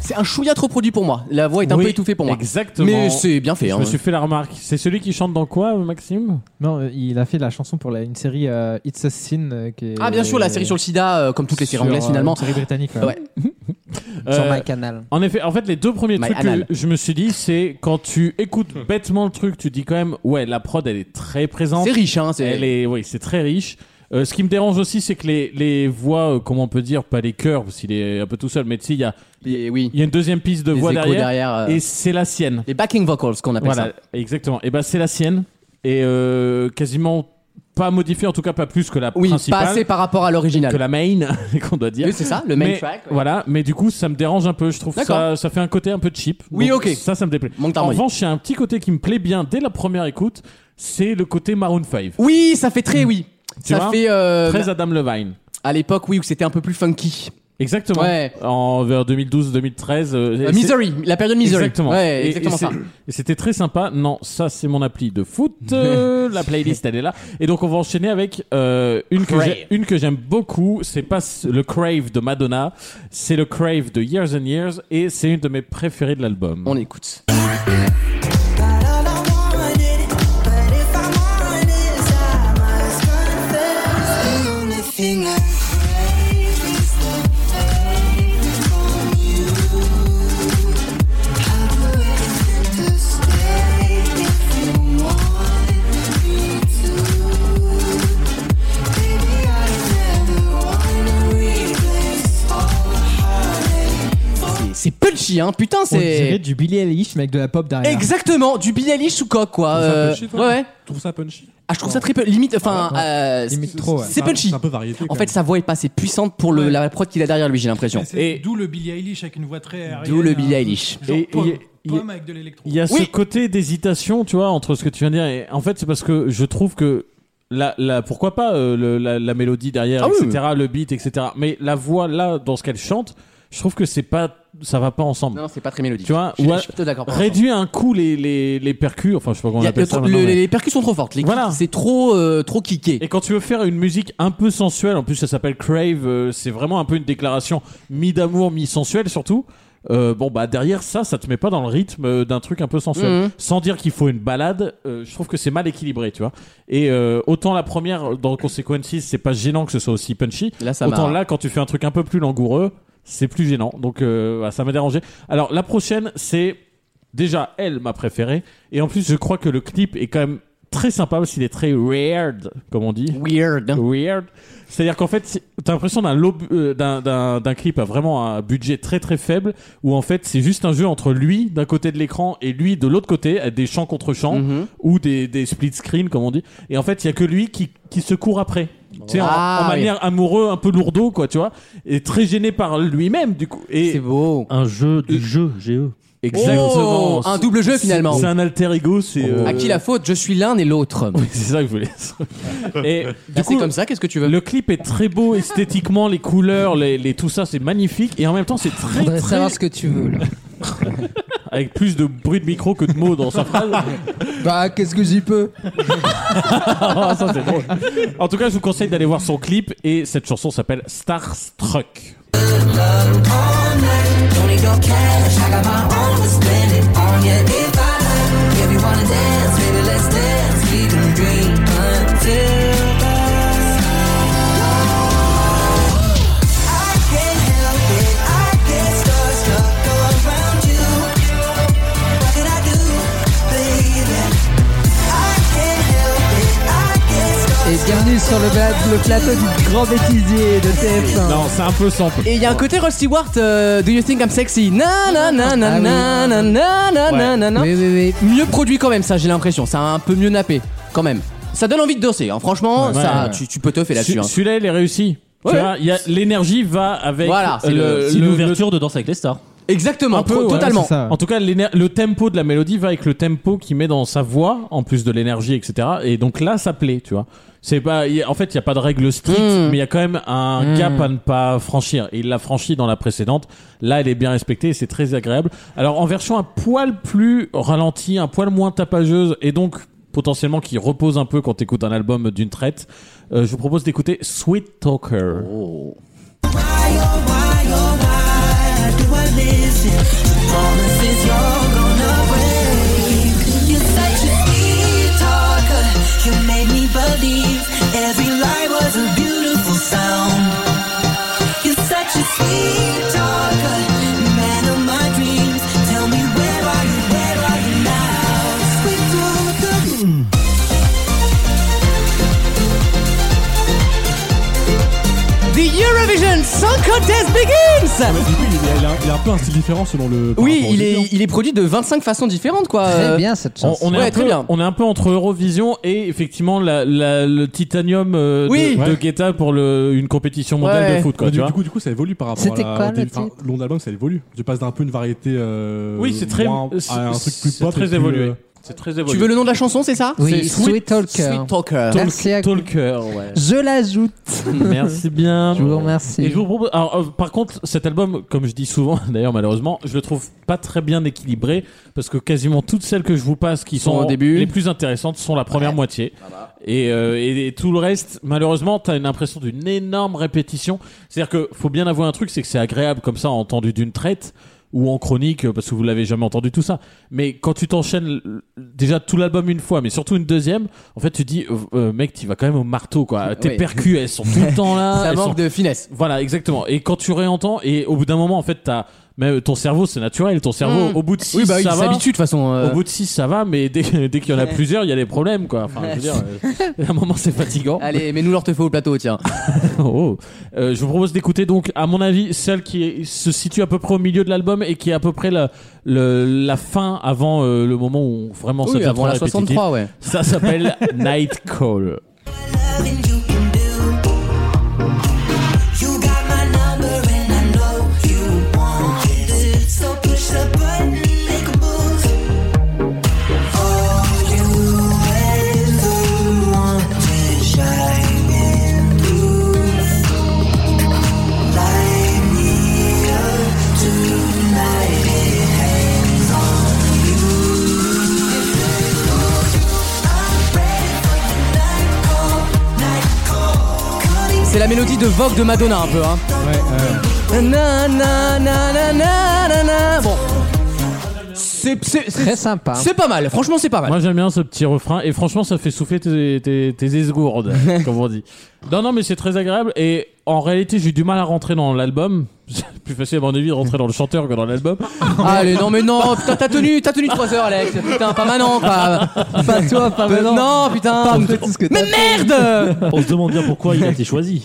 B: C'est un chouïa trop produit pour moi. La voix est un
D: Oui,
B: peu étouffée pour moi.
D: Exactement.
B: Mais c'est bien fait.
D: Je
B: hein.
D: me suis fait la remarque. C'est celui qui chante dans quoi, Maxime
L: Non, euh, il a fait la chanson pour la, une série euh, It's a Sin. euh, qui est-
B: Ah, bien sûr, la série sur le sida, euh, comme toutes les séries anglaises
L: euh,
B: finalement.
L: Une série britannique, ouais.
B: Ouais.
H: Sur
D: Euh,
H: My Canal.
D: En effet, en fait, les deux premiers
B: My
D: trucs
B: anal.
D: que je me suis dit, c'est quand tu écoutes bêtement le truc, tu dis quand même, ouais, la prod, elle est très présente.
B: C'est riche, hein. c'est-
D: Elle est, oui, c'est très riche. Euh, ce qui me dérange aussi, c'est que les, les voix, euh, comment on peut dire, pas les chœurs, parce qu'il est un peu tout seul, mais tu sais, il y a,
B: Et oui.
D: il y a une deuxième piste de
B: Les
D: voix
B: échos
D: derrière,
B: derrière, euh,
D: et c'est la sienne.
B: Les backing vocals, qu'on appelle
D: Voilà, exactement. Et ben, c'est la sienne, et euh, quasiment pas modifiée, en tout cas pas plus que la
B: ça. Oui,
D: principale,
B: pas assez par rapport à l'original.
D: que la main, qu'on doit dire.
B: Oui, c'est ça, le main
D: mais,
B: track. ouais.
D: Voilà, mais du coup, ça me dérange un peu. Je trouve que
B: D'accord.
D: ça, ça fait un côté un peu cheap.
B: Oui,
D: Donc,
B: ok.
D: Ça, ça me déplaît.
B: Manque
D: En
B: d'harmonie.
D: revanche, il y a un petit côté qui me plaît bien dès la première écoute. C'est le côté Maroon 5.
B: Oui, ça fait très oui.
D: Tu
B: ça
D: vois
B: fait euh,
D: Très Adam Levine.
B: à l'époque oui où c'était un peu plus funky.
D: Exactement.
B: Ouais.
D: En vers 2012-2013. euh,
B: Euh,
D: et c'est-
B: Misery, la période Misery.
D: Exactement.
B: Ouais,
D: Et-
B: exactement
D: et
B: ça.
D: c'est- et C'était très sympa. Non, ça c'est mon appli de foot. Euh, la playlist elle est là. Et donc on va enchaîner avec euh, une, que
B: Crave.
D: j'ai- une que j'aime beaucoup. C'est pas s- le Crave de Madonna, c'est le Crave de Years and Years et c'est une de mes préférées de l'album.
B: On écoute.
Q: Got all I wanted, but if I'm honest, I must confess the only thing I crave is the fame from you. I'll do anything to stay if you want me to. Baby, I never wanna replace all the heartache.
B: C'est- C'est punchy hein, putain
L: On dirait
B: c'est.
L: du Billy Eilish, mais avec de la pop derrière.
B: Exactement, du Billie Eilish sous coque quoi.
F: ça
B: euh,
F: punchy,
B: ouais
F: toi
B: ouais.
F: Je trouve ça punchy.
B: Ah je trouve ça très peu limite enfin euh,
L: Limite trop, ouais.
D: Ah,
B: C'est punchy.
F: C'est un peu variété.
B: En fait sa voix est pas assez puissante pour le,
M: Ouais.
B: la prod qu'il a derrière lui j'ai l'impression.
M: Et d'où le Billie Eilish avec une voix très aérienne.
B: D'où le
M: un
B: Billie
M: peu-
D: hein.
B: Eilish.
M: genre
D: Et-
M: pomme-
D: et- et-
M: pomme avec de l'électro.
D: Il y a
B: Oui.
D: ce côté d'hésitation, tu vois, entre ce que tu viens de dire. Et en fait, c'est parce que je trouve que la, la- pourquoi pas euh, le- la, la mélodie derrière,
B: Ah oui,
D: etc., le beat, etc. Mais la voix là, dans ce qu'elle chante, je trouve que c'est pas ça va pas ensemble.
B: Non, c'est pas très mélodique.
D: Tu vois,
B: Je suis-
D: ou à-
B: je suis plutôt d'accord.
D: réduis un coup les, les, les percus, enfin je sais pas comment
B: Il
D: on
B: y a-
D: appelle ça.
B: le-
D: maintenant,
B: le-
D: mais-
B: Les percussions sont trop fortes. Les
D: Voilà.
B: kicks, C'est trop, euh, trop kické.
D: Et quand tu veux faire une musique un peu sensuelle, en plus ça s'appelle Crave, euh, c'est vraiment un peu une déclaration mi-d'amour, mi-sensuelle surtout. euh, bon bah derrière ça, ça te met pas dans le rythme euh, d'un truc un peu sensuel.
B: Mhm.
D: Sans dire qu'il faut une balade, euh, je trouve que c'est mal équilibré, tu vois. Et euh, autant la première dans Consequences, c'est pas gênant que ce soit aussi punchy.
B: Là, ça
D: autant
B: m'a-
D: là, quand tu fais un truc un peu plus langoureux, c'est plus gênant. Donc euh, voilà, ça m'a dérangé. Alors la prochaine, c'est déjà elle ma préférée, et en plus je crois que le clip est quand même très sympa parce qu'il est très weird, comme on dit.
B: Weird. hein.
D: Weird. C'est-à-dire qu'en fait, c'est- t'as l'impression d'un low bu- euh, d'un- d'un d'un clip à vraiment un budget très très faible, où en fait c'est juste un jeu entre lui d'un côté de l'écran et lui de l'autre côté, avec des champs contre champs
B: Mhm.
D: ou des, des split screen comme on dit. Et en fait, il y a que lui qui, qui se court après. Tu sais, en-
B: Ah,
D: en,
B: oui.
D: manière amoureux, un peu lourdeau, quoi, tu vois, et très gêné par lui-même, du coup. C'est
B: beau.
D: Un jeu du jeu, GE.
B: Oh,
D: Exactement.
B: un double jeu,
D: C'est-
B: finalement.
D: C'est un alter ego, c'est. euh,
B: À qui la faute Je suis l'un et l'autre.
D: c'est ça que je voulais. Et
B: Bah, c'est comme ça, qu'est-ce que tu veux
D: Le clip est très beau esthétiquement, les couleurs, les, les- tout ça, c'est magnifique. Et en même temps, c'est très,
H: Faudrait
D: très-
H: savoir ce que tu veux là.
D: avec plus de bruit de micro que de mots dans sa phrase.
H: bah, qu'est-ce que j'y peux
D: Ah, ça, c'est drôle. En tout cas, je vous conseille d'aller voir son clip et cette chanson s'appelle Starstruck.
Q: Don't need your cash, I got my own to spend it on ya if I like. Yeah, we wanna dance, baby, let's dance. We can dream until the sun. I can't help it, I get starstruck around you. What can I do, baby? I can't help it, I get
H: Et bienvenue sur le, pla- le plateau du grand bêtisier de TF1.
D: Non, c'est un peu simple.
B: Et il y a un côté Ross Stewart, euh, Do You Think I'm Sexy Na na na na
H: Ah oui.
B: na na na na na na na.
H: Oui, oui,
B: Mieux produit quand même, ça j'ai l'impression. Ça a un peu mieux nappé, quand même. Ça donne envie de danser, hein. franchement,
D: Ouais,
B: ça,
D: ouais.
B: Tu, tu peux te faire là-dessus.
D: Celui-
B: hein.
D: Celui-là, il est réussi. Tu
B: Ouais.
D: vois, il y a- L'énergie va avec euh,
B: Voilà, c'est le-
D: le-
B: c'est
D: le-
R: L'ouverture de Danse avec les stars.
B: Exactement,
D: peu,
B: pro-
D: ouais,
B: totalement.
D: c'est ça.
L: hein.
D: En tout cas, l'éner- le tempo de la mélodie va avec le tempo qu'il met dans sa voix, en plus de l'énergie, etc. Et donc là, ça plaît, tu vois. C'est pas, y a- en fait, il y a pas de règle stricte, mais il y a quand même un
B: Mm.
D: cap à ne pas franchir. Et il l'a franchi dans la précédente. Là, elle est bien respectée et c'est très agréable. Alors, en version un poil plus ralentie, un poil moins tapageuse, et donc potentiellement qui repose un peu quand t'écoutes un album d'une traite, euh, je vous propose d'écouter Sweet Talker.
Q: do I listen to promises you're gonna break? You're such a sweet talker. You made me believe every lie was a beautiful sound. You're such a sweet talker, man of my dreams. Tell me where are you? Where are you now? Sweet talker.
B: The Eurovision Song Contest begins
F: Du coup, il, a, il a- il a un peu un style différent selon le. par
B: Oui,
F: rapport au
B: il
F: début,
D: hein.
B: est, il est produit de 25 façons différentes, quoi. Euh,
D: On, on est
B: Ouais,
D: un
B: très
D: peu,
B: bien.
D: on est un peu entre Eurovision et effectivement la- la- le titanium euh, de-
B: Oui.
D: de,
B: Ouais.
D: Guetta pour le- une compétition mondiale
B: Ouais.
D: de foot. Quoi,
F: Ouais,
D: tu
F: du,
D: vois.
F: du coup, du coup, ça évolue par rapport
D: C'était
F: à la,
D: quoi,
F: au
D: le
F: début- enfin, le long de l'album, ça évolue. Tu passes d'un peu une variété. euh,
D: Oui, c'est très-
F: moins
D: c'est-
F: à un truc plus
D: c'est
F: pop.
D: très
F: et plus,
D: évolué.
F: euh,
D: C'est très évolué.
B: Tu veux le nom de la chanson, c'est ça
H: Oui,
B: C'est
H: Sweet Talker.
B: Sweet Talker.
H: Talk- Merci à-
D: Talker, ouais.
H: Je l'ajoute.
D: Merci bien.
H: Je vous remercie.
D: Et je vous propose- alors, euh, par contre, cet album, comme je dis souvent, d'ailleurs malheureusement, je le trouve pas très bien équilibré parce que quasiment toutes celles que je vous passe, qui
B: Sont
D: sont,
B: au début.
D: les plus intéressantes, sont la première moitié. Et, euh, et- et tout le reste, malheureusement, t'as une impression d'une énorme répétition. C'est-à-dire que faut bien avouer un truc, c'est que c'est agréable comme ça, entendu d'une traite ou en chronique, euh, parce que vous l'avez jamais entendu tout ça. Mais quand tu t'enchaînes l- l- déjà tout l'album une fois, mais surtout une deuxième, en fait, tu dis, euh, euh, mec, tu vas quand même au marteau, quoi. Tes
B: Oui.
D: percus, elles sont tout le temps là.
B: Ça
D: elles
B: manque
D: sont-
B: de finesse.
D: Voilà, exactement. Et quand tu réentends, et au bout d'un moment, en fait, t'as même ton cerveau, c'est naturel. Ton cerveau,
B: Mm.
D: au bout de six,
B: Oui, bah, il
D: ça va.
B: s'habitue, de toute façon, euh.
D: Au bout de six, ça va, mais dès, dès qu'il y en a plusieurs, il y a des problèmes, quoi. Enfin, je veux dire, euh, à un moment, c'est fatigant.
B: Allez, mets-nous l'ortefeu au plateau, tiens.
D: Oh. Euh, je vous propose d'écouter donc, à mon avis, celle qui est- se situe à peu près au milieu de l'album et qui est à peu près la, le- la fin avant euh, le moment où vraiment
B: Oui,
D: ça devient
B: avant
D: très
B: la
D: répétitif.
B: 63, ouais.
D: Ça s'appelle Night Call.
Q: You got my number and I know you want it. So push the button, make a move. All you ever wanted shining through. Light me up tonight.
B: la mélodie de Vogue de Madonna un peu. Hein. Na, na, na, na, na, na, na. Bon. C'est très
H: sympa.
B: C'est pas mal, franchement c'est pas mal.
D: Moi j'aime bien ce petit refrain et franchement ça fait souffler tes, tes, tes esgourdes, comme on dit. Non, non, mais c'est très agréable et en réalité j'ai eu du mal à rentrer dans l'album. C'est plus facile à mon avis de rentrer dans le chanteur que dans l'album.
B: Allez, non mais non, putain, t'as tenu, t'as tenu 3 heures Alex, putain, pas maintenant quoi.
H: Pas toi, pas maintenant.
B: Non, putain. mais merde
R: On se demande bien pourquoi il a été choisi.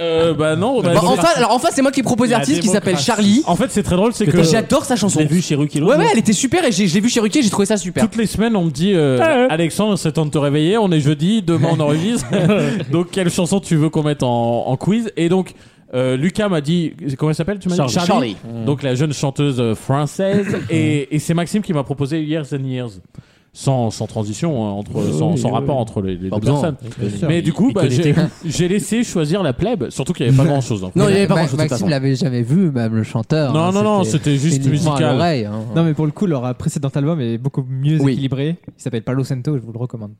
D: Euh, bah non. bah,
B: Bah,
D: non.
B: en face, alors en face, c'est moi qui ai proposé
D: La
B: l'artiste qui s'appelle
D: démocratie.
B: Charlie.
D: En fait, c'est très drôle, c'est
B: Que
D: que.
B: t'as- j'adore sa chanson.
R: Je l'ai vu chez Ruki
B: Ouais, ouais, elle était super et j'ai- je l'ai vu chez Ruquier, j'ai trouvé ça super.
D: Toutes les semaines, on me dit euh,
B: Ah ouais.
D: Alexandre, c'est temps de te réveiller. On est jeudi, demain on enregistre. donc, quelle chanson tu veux qu'on mette en, en quiz Et donc, euh, Lucas m'a dit comment elle s'appelle Tu m'as dit
B: Charlie.
R: Charlie.
D: Donc, la jeune chanteuse euh, française. et et c'est Maxime qui m'a proposé Years and Years. Sans, sans transition, hein, entre,
R: Oui,
D: sans,
R: oui,
D: sans
R: oui,
D: rapport
R: oui.
D: entre les, les
R: Pas
D: deux
R: besoin.
D: personnes.
R: Bien sûr.
D: Mais du coup,
R: Il
D: bah,
R: connaît
D: j'ai
R: tes-
D: j'ai laissé choisir la plèbe, surtout qu'il n'y avait pas grand chose.
B: Non, il y avait pas
H: Ma-
B: grand-chose, de toute
H: Maxime
B: façon.
H: l'avait jamais vu, même le chanteur.
D: Non,
H: hein,
D: non, non, c'était juste
H: uniquement à
D: musical.
H: l'oreille, hein.
L: Non, mais pour le coup, leur euh, précédent album est beaucoup mieux
H: Oui.
L: équilibré. Il s'appelle Palo Santo, je vous le recommande.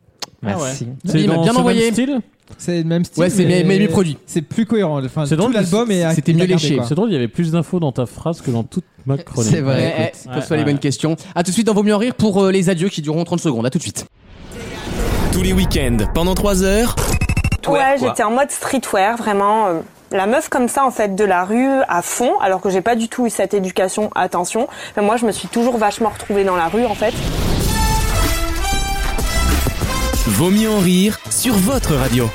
D: Ah ouais.
L: Merci.
D: C'est Il m'a dans bien ce envoyé. même style
L: C'est le même style.
D: Ouais, c'est mes- mes- mes produits.
L: C'est plus cohérent. Enfin,
D: C'est
L: tout
D: drôle,
L: l'album est
D: c'était mieux léché.
L: C'est
D: C'est drôle, il y avait plus d'infos dans ta phrase que dans toute ma chronique.
B: C'est vrai, eh, que ce soit les bonnes questions. À tout de suite dans Vaut mieux en rire pour euh, les adieux qui dureront 30 secondes. À tout de suite.
A: Tous les week-ends, pendant 3 heures.
S: Ouais,
A: quoi.
S: j'étais en mode streetwear, vraiment. euh, La meuf comme ça, en fait, de la rue à fond, alors que j'ai pas du tout eu cette éducation, attention. Mais moi, je me suis toujours vachement retrouvée dans la rue, en fait.
A: Vaut mieux en rire sur votre radio.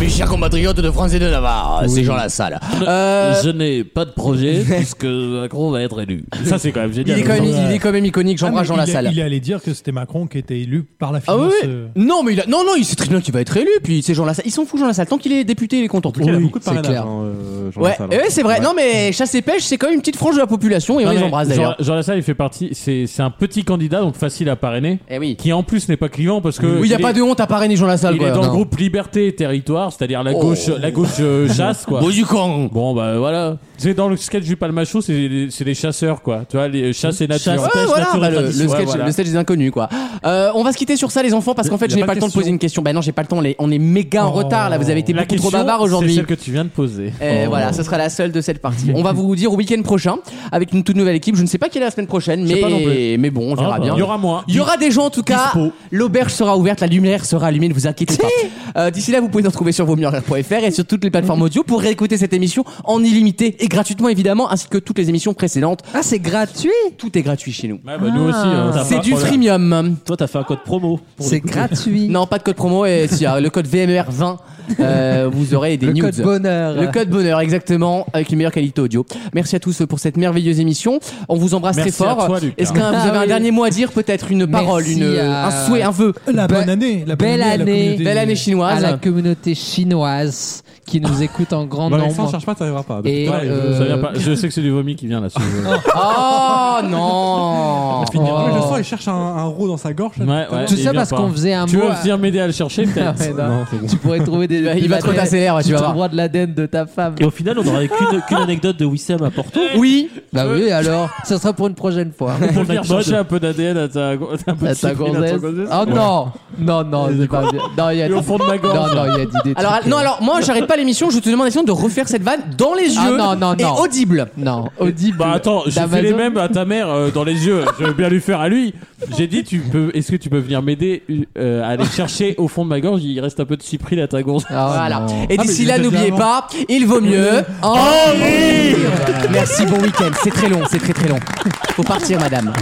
B: Mes chers compatriotes de France et de Oh, Navarre,
D: Oui.
B: c'est Jean Lassalle. Euh,
D: Je n'ai pas de projet puisque Macron va être élu. Ça, c'est quand même
B: Il
D: génial.
B: est quand même, il est quand même iconique, j'embrasse Jean
M: Ah, il, est-
B: Lassalle.
M: il est allé dire que c'était Macron qui était élu par la
B: Ah oui,
M: finance.
B: oui.
M: euh,
B: Non, mais il a- non, non, il sait très bien qu'il va être élu. Puis c'est Jean Lassalle. Ils s'en fout, Jean Lassalle. Tant qu'il est député, il est content.
F: Il a
B: Oui,
F: beaucoup de
B: c'est
F: parrainage,
B: clair.
F: hein, euh, Jean
B: Ouais,
F: Lassalle.
B: et ouais, c'est vrai.
F: Ouais.
B: Non, mais chasse et pêche, c'est quand même une petite frange de la population et on
D: Non,
B: les
D: mais
B: embrasse
D: Jean-
B: d'ailleurs.
D: Jean Lassalle, il fait partie. C'est c'est un petit candidat, donc facile à parrainer. Qui en plus n'est pas clivant parce que.
B: Oui, il n'y a
D: il
B: pas
D: est-
B: de honte à parrainer Jean Lassalle.
D: Il
B: quoi.
D: est dans le
B: Non.
D: groupe Liberté et Territoire, c'est-à-dire la
B: Oh.
D: gauche, la gauche euh, chasse, quoi.
B: Bon, du camp.
D: Bon, bah voilà. C'est dans le sketch du Palmacho, c'est des- c'est des chasseurs, quoi. Tu vois, les chasses et nature.
B: Ouais, voilà, bah, le, le sketch, le sketch des inconnus, quoi. Euh, on va se quitter sur ça, les enfants, parce qu'en fait,
D: Y a
B: j'ai
D: pas
B: pas,
D: de
B: le temps de
D: question. Oh,
B: poser une question. Bah non, j'ai pas le temps. on est- On est méga en retard là. Vous avez été
D: La
B: beaucoup trop
D: question,
B: bavard
D: C'est
B: aujourd'hui. Eh,
D: celle que tu viens de poser.
B: Et
D: Oh.
B: voilà, ce sera la seule de cette partie. On va vous dire au week-end prochain avec une toute nouvelle équipe. Je ne sais pas quelle est la semaine prochaine,
D: Je sais pas non
B: mais,
D: plus.
B: mais bon, on verra
D: Ah, bah.
B: bien.
D: Il y aura moins.
B: Il y aura des gens en tout cas. L'auberge sera ouverte, la lumière sera allumée, ne vous inquiétez pas. Euh, D'ici là, vous pouvez nous retrouver sur vosmieuxenrire.fr et sur toutes les plateformes audio pour réécouter cette émission en illimité et gratuitement évidemment, ainsi que toutes les émissions précédentes.
H: Ah, c'est gratuit
B: Tout est gratuit chez nous.
D: Ouais, bah, nous aussi. hein, t'as
B: C'est
D: pas
B: du
D: problème.
B: freemium.
R: Toi, t'as fait un code promo. pour
H: C'est
R: le coup.
H: gratuit.
B: Non, pas de code promo. Et si, euh, le code VMR20, euh, vous aurez des
H: Le
B: news.
H: code bonheur.
B: Le code bonheur, exactement, avec une meilleure qualité audio. Merci à tous euh, pour cette merveilleuse émission. On vous embrasse
D: Merci
B: très
D: à
B: fort.
D: toi, Lucas.
B: Est-ce que vous
H: Ah
B: avez un
H: oui.
B: dernier mot à dire Peut-être une
H: Merci
B: parole, une,
H: à-
B: un souhait, un vœu
M: La
H: Be-
M: bonne année. La bonne
H: belle
M: année. à la
H: année.
M: communauté.
B: Belle année
H: à
B: chinoise.
H: la communauté chinoise qui nous écoute en grand
F: Bah, Alexandre,
H: nombre.
F: cherche pas, t'arriveras pas.
H: Et,
D: Ouais,
H: euh,
D: ça vient pas. Je sais que c'est du vomi qui vient là. sur le-
B: Oh non
F: Ah, mais je
H: Oh.
F: sens, il cherche un, un roux dans sa gorge.
D: Ouais, ouais,
H: Tout
D: il
H: ça
D: vient
H: parce
D: pas.
H: qu'on faisait un
D: Tu
H: mot
D: veux
H: à-
D: venir m'aider à le chercher peut-être
H: Ouais, non.
F: Non, c'est bon.
H: Tu pourrais trouver des.
B: Il
H: de
B: va
H: l'ADN.
B: trop tasser l'air, ouais, tu vas voir. Oh
H: trouveras de l'ADN de ta femme.
R: Et au final, on n'aurait qu'une qu'une anecdote de Wissem à Porto.
B: Oui
H: Bah oui, alors, ça sera pour une prochaine fois.
D: Pour
R: Pour
D: venir
R: le mode.
D: chercher un peu d'ADN à ta, à un peu de
H: À ta
D: cyprine, à
H: gonzesse.
D: ton gonzesse.
H: Oh non Non, non, dis pas bien. Non, il y a
D: Et au fond de ma gorge.
H: Non, non, il y a dit des
B: Alors,
H: trucs,
B: non,
H: euh,
B: alors moi j'arrête pas l'émission, je te demande Alexandre, de refaire cette vanne dans les yeux
H: Ah, non, non,
B: et
H: non.
B: audible.
H: Non, audible.
D: Bah attends, j'ai fait
H: d'Amazon.
D: les mêmes à ta mère euh, dans les yeux. Je vais bien lui faire à lui. J'ai dit, tu peux, est-ce que tu peux venir m'aider euh, à aller chercher au fond de ma gorge Il reste un peu de cyprine à ta gorge.
H: Ah,
B: Voilà.
H: non.
B: Et
F: Ah,
B: d'ici
F: mais
B: là,
F: je l'ai
B: n'oubliez
F: fait
B: pas, il vaut mieux en rire. Merci, bon week-end. C'est très long, c'est très très long. Faut partir, madame.